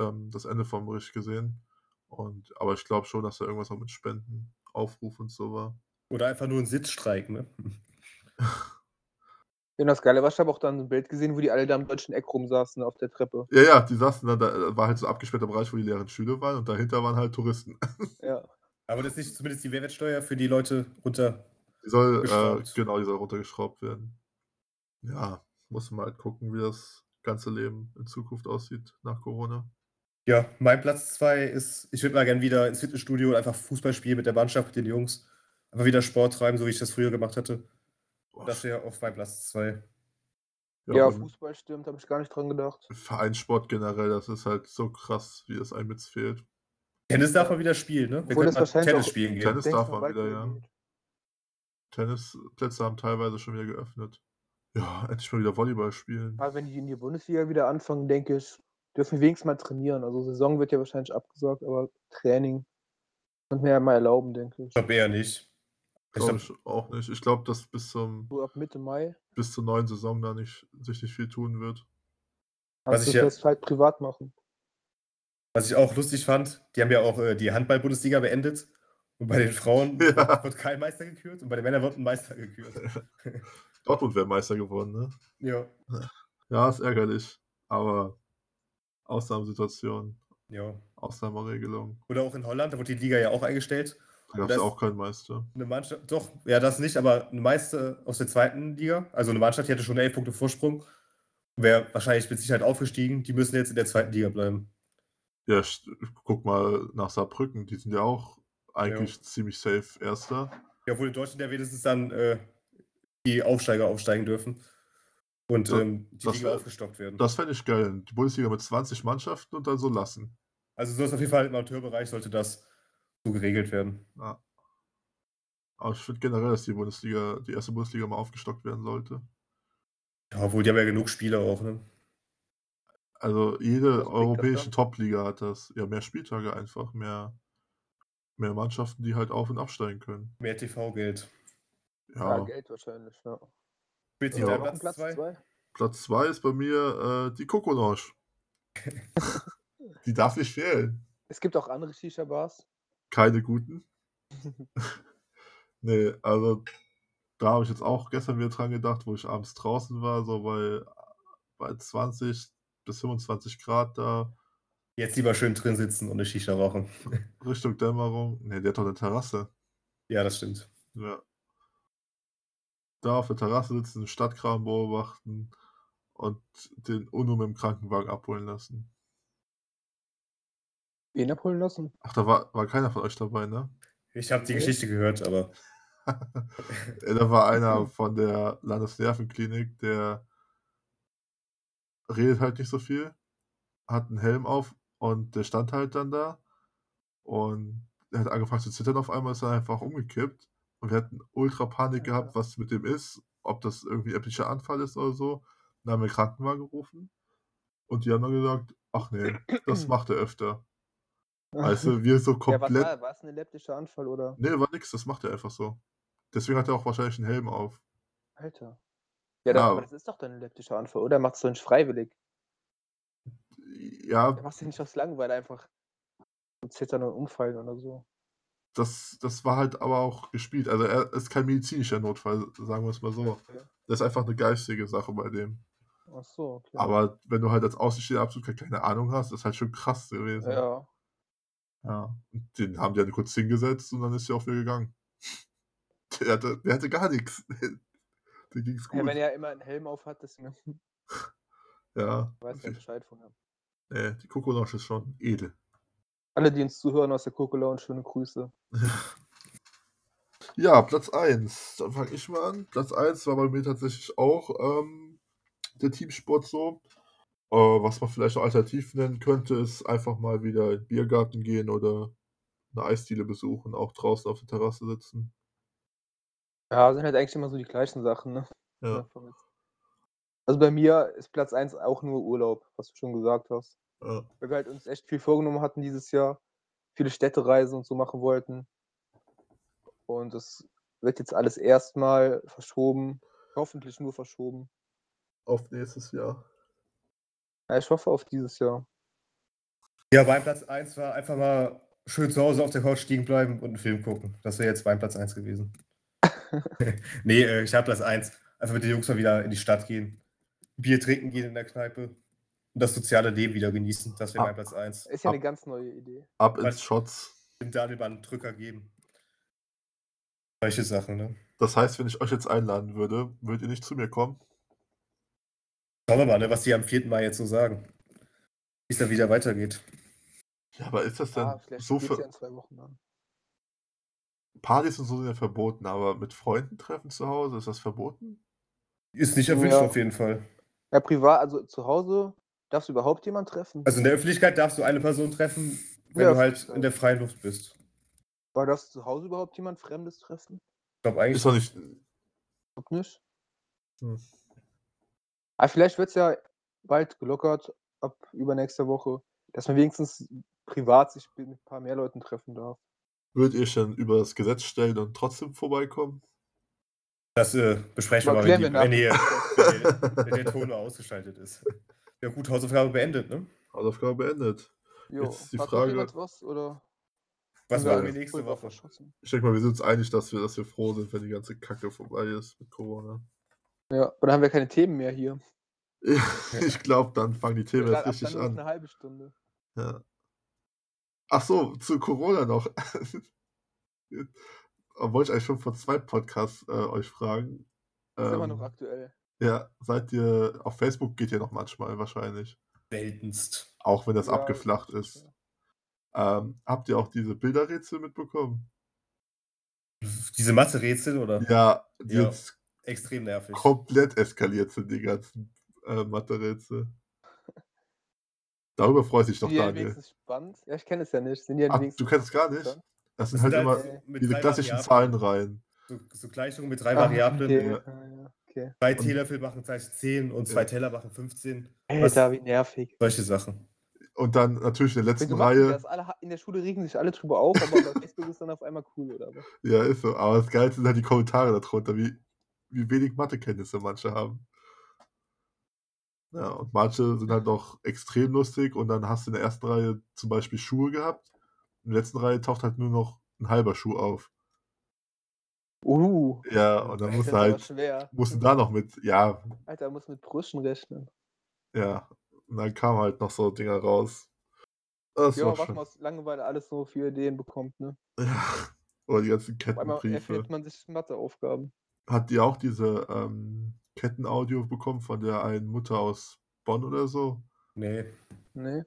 C: ähm, das Ende vom Bericht gesehen. Und, aber ich glaube schon, dass da irgendwas auch mit Spenden, Aufruf und so war.
A: Oder einfach nur ein Sitzstreik, ne?
B: Ja, und das Geile war, ich habe auch dann ein Bild gesehen, wo die alle da am deutschen Eck rumsaßen auf der Treppe.
C: Ja, ja, die saßen dann, da war halt so ein abgesperrter Bereich, wo die leeren Stühle waren und dahinter waren halt Touristen. *laughs*
B: Ja.
A: Aber das ist nicht zumindest die Mehrwertsteuer für die Leute runter.
C: Die soll, äh,
A: Geschraubt.
C: genau, die soll runtergeschraubt werden. Ja, muss man halt gucken, wie das ganze Leben in Zukunft aussieht nach Corona.
A: Ja, mein Platz zwei ist, ich würde mal gern wieder ins Fitnessstudio und einfach Fußball spielen mit der Mannschaft, mit den Jungs. Einfach wieder Sport treiben, so wie ich das früher gemacht hatte.
C: Boah,
A: Das wäre auf mein Platz zwei.
B: Ja,
C: ja, und
B: Fußball stimmt, habe ich gar nicht dran gedacht.
C: Vereinssport generell, das ist halt so krass, wie das einem jetzt fehlt.
A: Tennis darf man wieder spielen, ne? Wir
B: Obwohl
A: können
B: das
A: mal
B: wahrscheinlich
A: Tennis
B: auch-
A: spielen gehen.
C: Tennis
B: Denk
C: darf
B: mal,
C: man
B: bald
C: wieder, ja.
B: geht.
C: Tennisplätze haben teilweise schon wieder geöffnet. Ja, endlich mal wieder Volleyball spielen.
B: Aber wenn die in die Bundesliga wieder anfangen, denke ich, dürfen wir wenigstens mal trainieren. Also Saison wird ja wahrscheinlich abgesagt, aber Training kann mir ja mal erlauben, denke ich.
A: Ich glaube eher nicht. Ich
C: Glaube
A: glaub,
C: ich auch nicht. Ich glaube, dass bis zum
B: So ab Mitte Mai
C: bis zur neuen Saison da nicht sich nicht viel tun wird.
A: Was
B: kannst
A: ich
B: du
A: ja-
B: das halt privat machen.
A: was ich auch lustig fand, die haben ja auch äh, die Handball-Bundesliga beendet. Und bei den Frauen
C: *laughs* Ja.
A: wird- wird kein Meister gekürt und bei den Männern wird ein Meister
C: *laughs*
A: gekürt.
C: Dortmund wäre Meister geworden, ne?
A: ja.
C: Ja, ist ärgerlich, aber Ausnahmesituation,
A: ja.
C: Ausnahmeregelung.
A: Oder auch in Holland, da wurde die Liga ja auch eingestellt.
C: Da gab es
A: Das-
C: auch keinen Meister.
A: Eine Mannschaft, doch, ja, das nicht, aber eine Meister aus der zweiten Liga, also eine Mannschaft, die hatte schon elf Punkte Vorsprung, wäre wahrscheinlich mit Sicherheit aufgestiegen. Die müssen jetzt in der zweiten Liga bleiben.
C: Ja, st- guck mal nach Saarbrücken, die sind ja auch eigentlich ziemlich safe Erster.
A: Ja, obwohl in Deutschland ja wenigstens dann äh, die Aufsteiger aufsteigen dürfen und
C: Ja,
A: ähm, die
C: das
A: Liga
C: wär-
A: aufgestockt werden.
C: Das fände ich geil. Die Bundesliga mit 20 Mannschaften und dann so lassen.
A: Also so ist auf jeden Fall im Amateurbereich sollte das so geregelt werden.
C: Aber ich finde generell, dass die Bundesliga, die erste Bundesliga mal aufgestockt werden sollte.
A: Ja, obwohl die haben ja genug Spieler auch, ne?
C: Also
B: Was
C: jede
B: bringt das
C: europäische
B: dann?
C: Top-Liga hat das. Ja, mehr Spieltage einfach, mehr, mehr Mannschaften, die halt auf- und absteigen können.
A: Mehr TV-Geld.
B: Ja,
C: Ja,
B: Geld wahrscheinlich. Ja.
A: Spielt sie
C: Ja.
A: ja.
B: Noch
A: Platz,
B: ein Platz
A: zwei?
B: zwei?
C: Platz 2 ist bei mir äh, die Kokonosch. die darf nicht fehlen.
B: Es gibt auch andere Shisha-Bars.
C: Keine guten. nee, also da habe ich jetzt auch gestern wieder dran gedacht, wo ich abends draußen war, so bei, bei 20 bis 25 Grad da,
A: Jetzt lieber schön drin sitzen und eine Shisha rauchen.
C: Richtung Dämmerung. Nee, der hat doch eine Terrasse.
A: Ja, das stimmt.
C: Ja. Da auf der Terrasse sitzen, Stadtkram beobachten und den UNO mit dem Krankenwagen abholen lassen.
B: Wen abholen lassen?
C: Ach, da war, war keiner von euch dabei, ne?
A: Ich habe die
B: Nee.
A: Geschichte gehört, aber
C: Ja, Äh, da war einer von der Landesnervenklinik, der redet halt nicht so viel, hat einen Helm auf und der stand halt dann da und er hat angefangen zu zittern auf einmal, ist er einfach umgekippt Und wir hatten ultra Panik gehabt, was mit dem ist, ob das irgendwie epischer Anfall ist oder so. Dann haben wir Krankenwagen gerufen. Und die haben dann gesagt, ach nee,
B: *clears throat*
C: das macht er öfter. Weißt du, wir
B: *laughs*
C: so
B: ja, was
C: Ah, komplett.
B: war, war es ein epileptischer Anfall oder?
C: Nee, war nix, das macht er einfach so. Deswegen hat er auch wahrscheinlich einen Helm auf.
B: Alter. Ja, das,
C: Ja.
B: aber das ist doch dein epileptischer Anfall, oder? Macht's doch nicht freiwillig.
C: Ja,
B: Der machst du nicht aus Langeweile einfach und zittern und umfallen oder so.
C: das, das war halt aber auch gespielt. Also er ist kein medizinischer Notfall, sagen wir es mal so. Das ist einfach eine geistige Sache bei dem.
B: Ach so, okay.
C: Aber wenn du halt als Außenstehender absolut gar keine Ahnung hast, ist halt schon krass gewesen.
B: ja.
C: Ja. Und den haben die dann kurz hingesetzt und dann ist er auch wieder gegangen. Der hatte, der hatte gar nichts. *laughs* Dem ging's
B: Ja,
C: gut.
B: wenn er immer einen Helm auf hat, deswegen
C: Ja,
B: *laughs* weiß er Bescheid von ihm.
C: nee, die Kokonosch ist schon edel.
B: Alle, die uns zuhören aus der Kokolo und schöne Grüße.
C: Ja, Platz 1. Dann fange ich mal an. Platz 1 war bei mir tatsächlich auch ähm, der Teamsport so. Äh, was man vielleicht noch alternativ nennen könnte, ist einfach mal wieder in den Biergarten gehen oder eine Eisdiele besuchen, auch draußen auf der Terrasse sitzen.
B: Ja, sind halt eigentlich immer so die gleichen Sachen, ne?
C: Ja.
B: Also bei mir ist Platz 1 auch nur Urlaub, was du schon gesagt hast.
C: ja.
B: Weil wir halt uns echt viel vorgenommen hatten dieses Jahr, viele Städtereisen und so machen wollten. Und das wird jetzt alles erstmal verschoben, hoffentlich nur verschoben.
C: Auf nächstes Jahr.
B: Ja, ich hoffe auf dieses Jahr.
A: Ja, mein Platz 1 war einfach mal schön zu Hause auf der Couch liegen bleiben und einen Film gucken. Das wäre jetzt mein Platz 1
B: *laughs*
A: gewesen. nee, äh, ich habe Platz 1. Einfach mit den Jungs mal wieder in die Stadt gehen, Bier trinken gehen in der Kneipe und das soziale Leben wieder genießen. Das wäre
C: Ah.
A: mein Platz 1.
B: Ist ja eine
C: Ab-
B: ganz neue Idee.
C: Ab
A: Was?
C: ins Shots.
A: Dem Daniel mal einen Drücker geben. Solche Sachen, ne?
C: Das heißt, wenn ich euch jetzt einladen würde, würdet ihr nicht zu mir kommen?
A: Schauen wir mal, ne, was die am 4. Mai jetzt so sagen. Wie es da wieder weitergeht.
C: Ja, aber ist das denn
B: Ah, vielleicht
C: so
B: geht's
C: für
B: ja in zwei Wochen dann.
C: Partys und so sind ja verboten, aber mit Freunden treffen zu Hause, ist das verboten?
A: Ist nicht erwünscht
B: Ja.
A: auf jeden Fall.
B: Ja, privat, also zu Hause darfst du überhaupt jemanden treffen?
A: Also in der Öffentlichkeit darfst du eine Person treffen, wenn
B: Ja,
A: du halt
B: stimmt.
A: in der freien Luft bist.
B: Aber darfst du zu Hause überhaupt jemand Fremdes treffen?
A: Ich glaube eigentlich.
C: Ist doch nicht.
B: Ob nicht?
C: Hm.
B: Aber vielleicht wird es ja bald gelockert, ab übernächster Woche, dass man wenigstens privat sich mit ein paar mehr Leuten treffen darf.
C: Würdet ihr euch dann über das Gesetz stellen und trotzdem vorbeikommen?
A: Das äh, besprechen
B: Aber
A: wir mal, wenn, die,
B: klären wir
A: wenn, die, wenn, der, wenn der
C: Hausaufgabe
A: Ton mal ausgeschaltet ist. Ja gut, Hausaufgabe beendet, ne?
C: beendet.
B: Jo,
C: Jetzt die
B: fragt
C: Frage-
B: noch jemand was oder
A: Was
C: Ja,
A: machen wir
C: das
A: nächste
B: Pulver
A: Woche?
B: verschossen?
C: Ich denke mal, wir sind uns einig, dass wir, dass wir froh sind, wenn die ganze Kacke vorbei ist mit Corona.
B: Ja, aber dann haben wir keine Themen mehr hier.
C: ich glaube, dann fangen die Themen
B: Dann ab
C: erst
B: dann
C: richtig
B: nur noch eine
C: an.
B: halbe Stunde.
C: Ja. Ach so, zu Corona noch. *laughs* Wollte ich eigentlich schon vor zwei Podcasts äh, euch fragen.
B: Ist immer noch
C: Ähm,
B: aktuell.
C: Ja, seid ihr auf Facebook geht ihr noch manchmal wahrscheinlich,
A: Seltenst.
C: auch wenn das
B: Ja,
C: abgeflacht ist. Ähm, habt ihr auch diese Bilderrätsel mitbekommen?
A: Diese Mathe-Rätsel oder?
C: Ja, die
A: Ja.
C: jetzt
A: Extrem nervig.
C: komplett eskaliert sind, die ganzen äh, Mathe-Rätsel. Darüber freut sich
B: Sind
C: doch
B: die denn
C: Daniel.
B: wenigstens spannend? Ja, ich kenne es ja nicht. Sind die denn
C: Ach,
B: wenigstens
C: du kennst es gar nicht?
B: interessant?
C: Das sind
A: Das
C: halt
A: sind
C: immer
A: halt mit
C: diese
A: drei
C: klassischen
A: Variablen.
C: Zahlenreihen.
A: So, so Gleichungen mit drei
B: Ah,
A: Variablen.
B: okay.
C: Ja.
B: Ah, ja, okay.
A: Zwei
C: Und-
A: Teelöffel machen gleich 10 und zwei
C: Ja.
A: Teller machen 15. Was-
B: Alter, wie nervig.
A: Solche Sachen.
C: Und dann natürlich in der letzten
B: Wieso machen die
C: Reihe.
B: das? Alle, ha- in der Schule regen sich alle drüber auf, aber bei Facebook ist dann auf einmal cool, oder was?
C: Ja, ist so. Aber das Geilste sind halt die Kommentare darunter, wie, wie wenig Mathekenntnisse manche haben. Ja, und manche sind halt auch extrem lustig und dann hast du in der ersten Reihe zum Beispiel Schuhe gehabt. In der letzten Reihe taucht halt nur noch ein halber Schuh auf.
B: Uh,
C: Ja, und dann
A: *laughs* Das
B: das
C: musst
B: ist
C: du
B: aber
C: halt,
B: schwer.
C: musst du da noch mit, ja,
B: Alter, muss mit Brüsten rechnen.
C: ja. Und dann kamen halt noch so Dinger raus. Das
B: Ja,
C: war
B: was man
C: schon.
B: aus Langeweile alles so für Ideen bekommt, ne?
C: *laughs* Ja. Oder die ganzen
B: Auf einmal
C: Kettenbriefe.
B: erfindet man sich Matheaufgaben.
C: Hat die auch diese ähm, Kettenaudio bekommen von der einen Mutter aus Bonn oder so?
A: Nee.
B: Ne?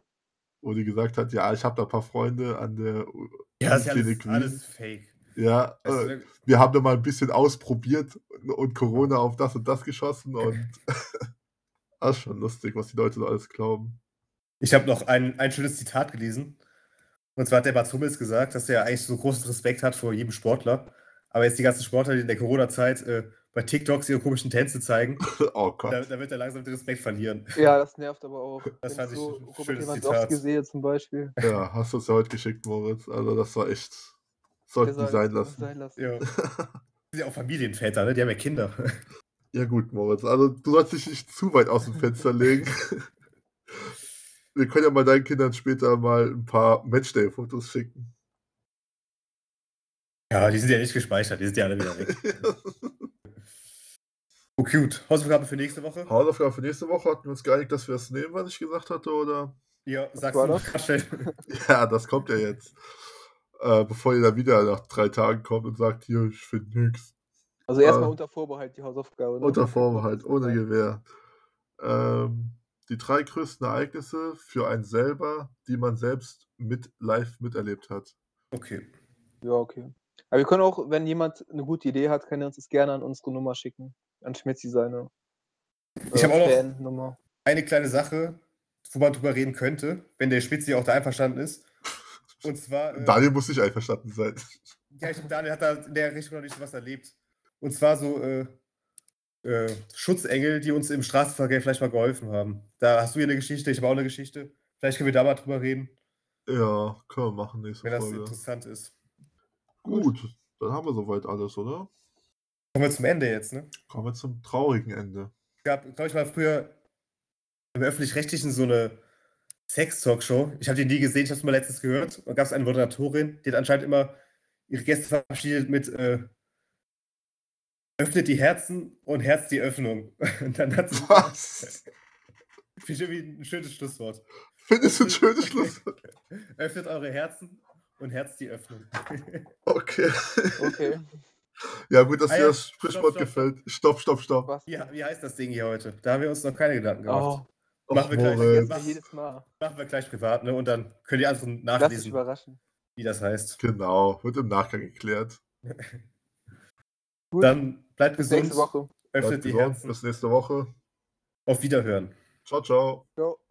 C: wo die gesagt hat, ja, ich habe da ein paar Freunde an der, U-
A: Ja, das ist ja
C: Klinik
A: alles,
C: Wien.
A: alles fake. Also,
C: ja,
A: Das ist
C: äh,
A: wirklich-
C: wir haben da mal ein bisschen ausprobiert und, und Corona auf das und das
B: *laughs*
C: geschossen und *laughs* das ist schon lustig, was die Leute da alles glauben.
A: Ich habe noch ein, ein schönes Zitat gelesen. Und zwar hat der Mats Hummels gesagt, dass er eigentlich so großen Respekt hat vor jedem Sportler. Aber jetzt die ganzen Sportler, die in der Corona-Zeit äh, bei TikToks ihre komischen Tänze
B: *laughs*
A: zeigen,
C: Oh
A: da,
C: Gott.
A: da wird er langsam den Respekt verlieren.
B: Ja, das nervt aber auch.
A: Das
B: Wenn
A: fand
B: ich
A: ich
B: so
A: ein
B: Robert
A: schönes
B: Lewandowski
A: Zitat.
B: sehe zum Beispiel.
C: Ja, hast du es ja heute geschickt, Moritz. Also das war echt. Sollten die
B: der
C: sein
B: soll-
C: lassen.
B: Sein lassen. *laughs*
A: Ja. Das sind ja auch Familienväter, ne? Die haben ja Kinder. *laughs*
C: Ja gut, Moritz. Also du sollst dich nicht zu weit aus dem Fenster legen. Wir können ja mal deinen Kindern später mal ein paar Matchday-Fotos schicken.
A: Ja, die sind ja nicht gespeichert, die sind ja alle wieder weg. Oh, cute. Hausaufgaben für nächste Woche?
C: Hausaufgabe für nächste Woche hatten wir uns geeinigt, dass wir es nehmen, was ich gesagt hatte, oder?
A: Ja, sagst
B: war
A: du
B: das?
A: mal ganz schnell.
C: Ja, das kommt ja jetzt. Äh, bevor ihr dann wieder nach drei Tagen kommt und sagt, hier, ich finde nix.
B: Also erstmal
C: Ah.
B: unter Vorbehalt die Hausaufgabe. ne?
C: Unter Vorbehalt, ohne
B: Ja.
C: Gewehr. Ähm, die drei größten Ereignisse für einen selber, die man selbst mit live miterlebt hat.
A: Okay.
B: Ja, okay. Aber wir können auch, wenn jemand eine gute Idee hat, kann er uns das gerne an unsere Nummer schicken. An Schmitzi seine äh,
A: Ich hab auch noch-
B: Fan-Nummer.
A: Eine kleine Sache, wo man drüber reden könnte, wenn der Spitzi auch da einverstanden
B: *laughs*
A: ist. Und zwar. äh,
C: Daniel muss nicht einverstanden sein.
A: Ja, ich glaube, Daniel hat da in der Richtung noch nicht so was erlebt. Und zwar so äh, äh, Schutzengel, die uns im Straßenverkehr vielleicht mal geholfen haben. Da hast du ja eine Geschichte, ich habe auch eine Geschichte. Vielleicht können wir da mal drüber reden,
C: Ja, können wir machen nächste
A: wenn das
C: Folge.
A: interessant ist.
C: Gut, dann haben wir soweit alles, oder?
A: Kommen wir zum Ende jetzt, ne?
C: Kommen wir zum traurigen Ende.
A: *laughs* Es gab, glaube ich, mal früher im Öffentlich-Rechtlichen so eine Sex-Talkshow. Ich habe die nie gesehen, ich habe es mal letztens gehört. Da gab es eine Moderatorin, die hat anscheinend immer ihre Gäste verabschiedet mit äh, Öffnet die Herzen und Herz die Öffnung. *laughs* Und dann hat
C: *laughs*
A: sie
C: Was?
A: Finde ich irgendwie ein schönes Schlusswort.
C: Findest du ein schönes Schlusswort?
A: Öffnet eure Herzen und Herz die Öffnung.
C: Okay.
A: *laughs*
B: Okay,
C: Ja, gut, dass
A: Ah
C: dir
A: ja,
C: das
A: stopp,
C: Sprichwort
A: stopp,
C: gefällt. Stopp, stopp, stopp.
B: was?
A: Wie, wie heißt das Ding hier heute? Da haben wir uns noch keine Gedanken
B: Oh,
A: gemacht.
C: Och,
A: Machen wir gleich.
B: jetzt
C: Moritz.
A: was?
B: jedes Mal.
A: Machen wir gleich privat, ne? Und dann können die anderen
B: Lass dich
A: nachlesen,
B: überraschen.
A: wie das heißt.
C: Genau, wird im Nachgang geklärt.
B: Gut,
A: Dann bleibt
B: bis
A: gesund,
B: nächste Woche.
A: öffnet die
C: Bleibt gesund,
A: Herzen.
C: Bis nächste Woche.
A: Auf Wiederhören.
C: Ciao, ciao.
B: Ciao.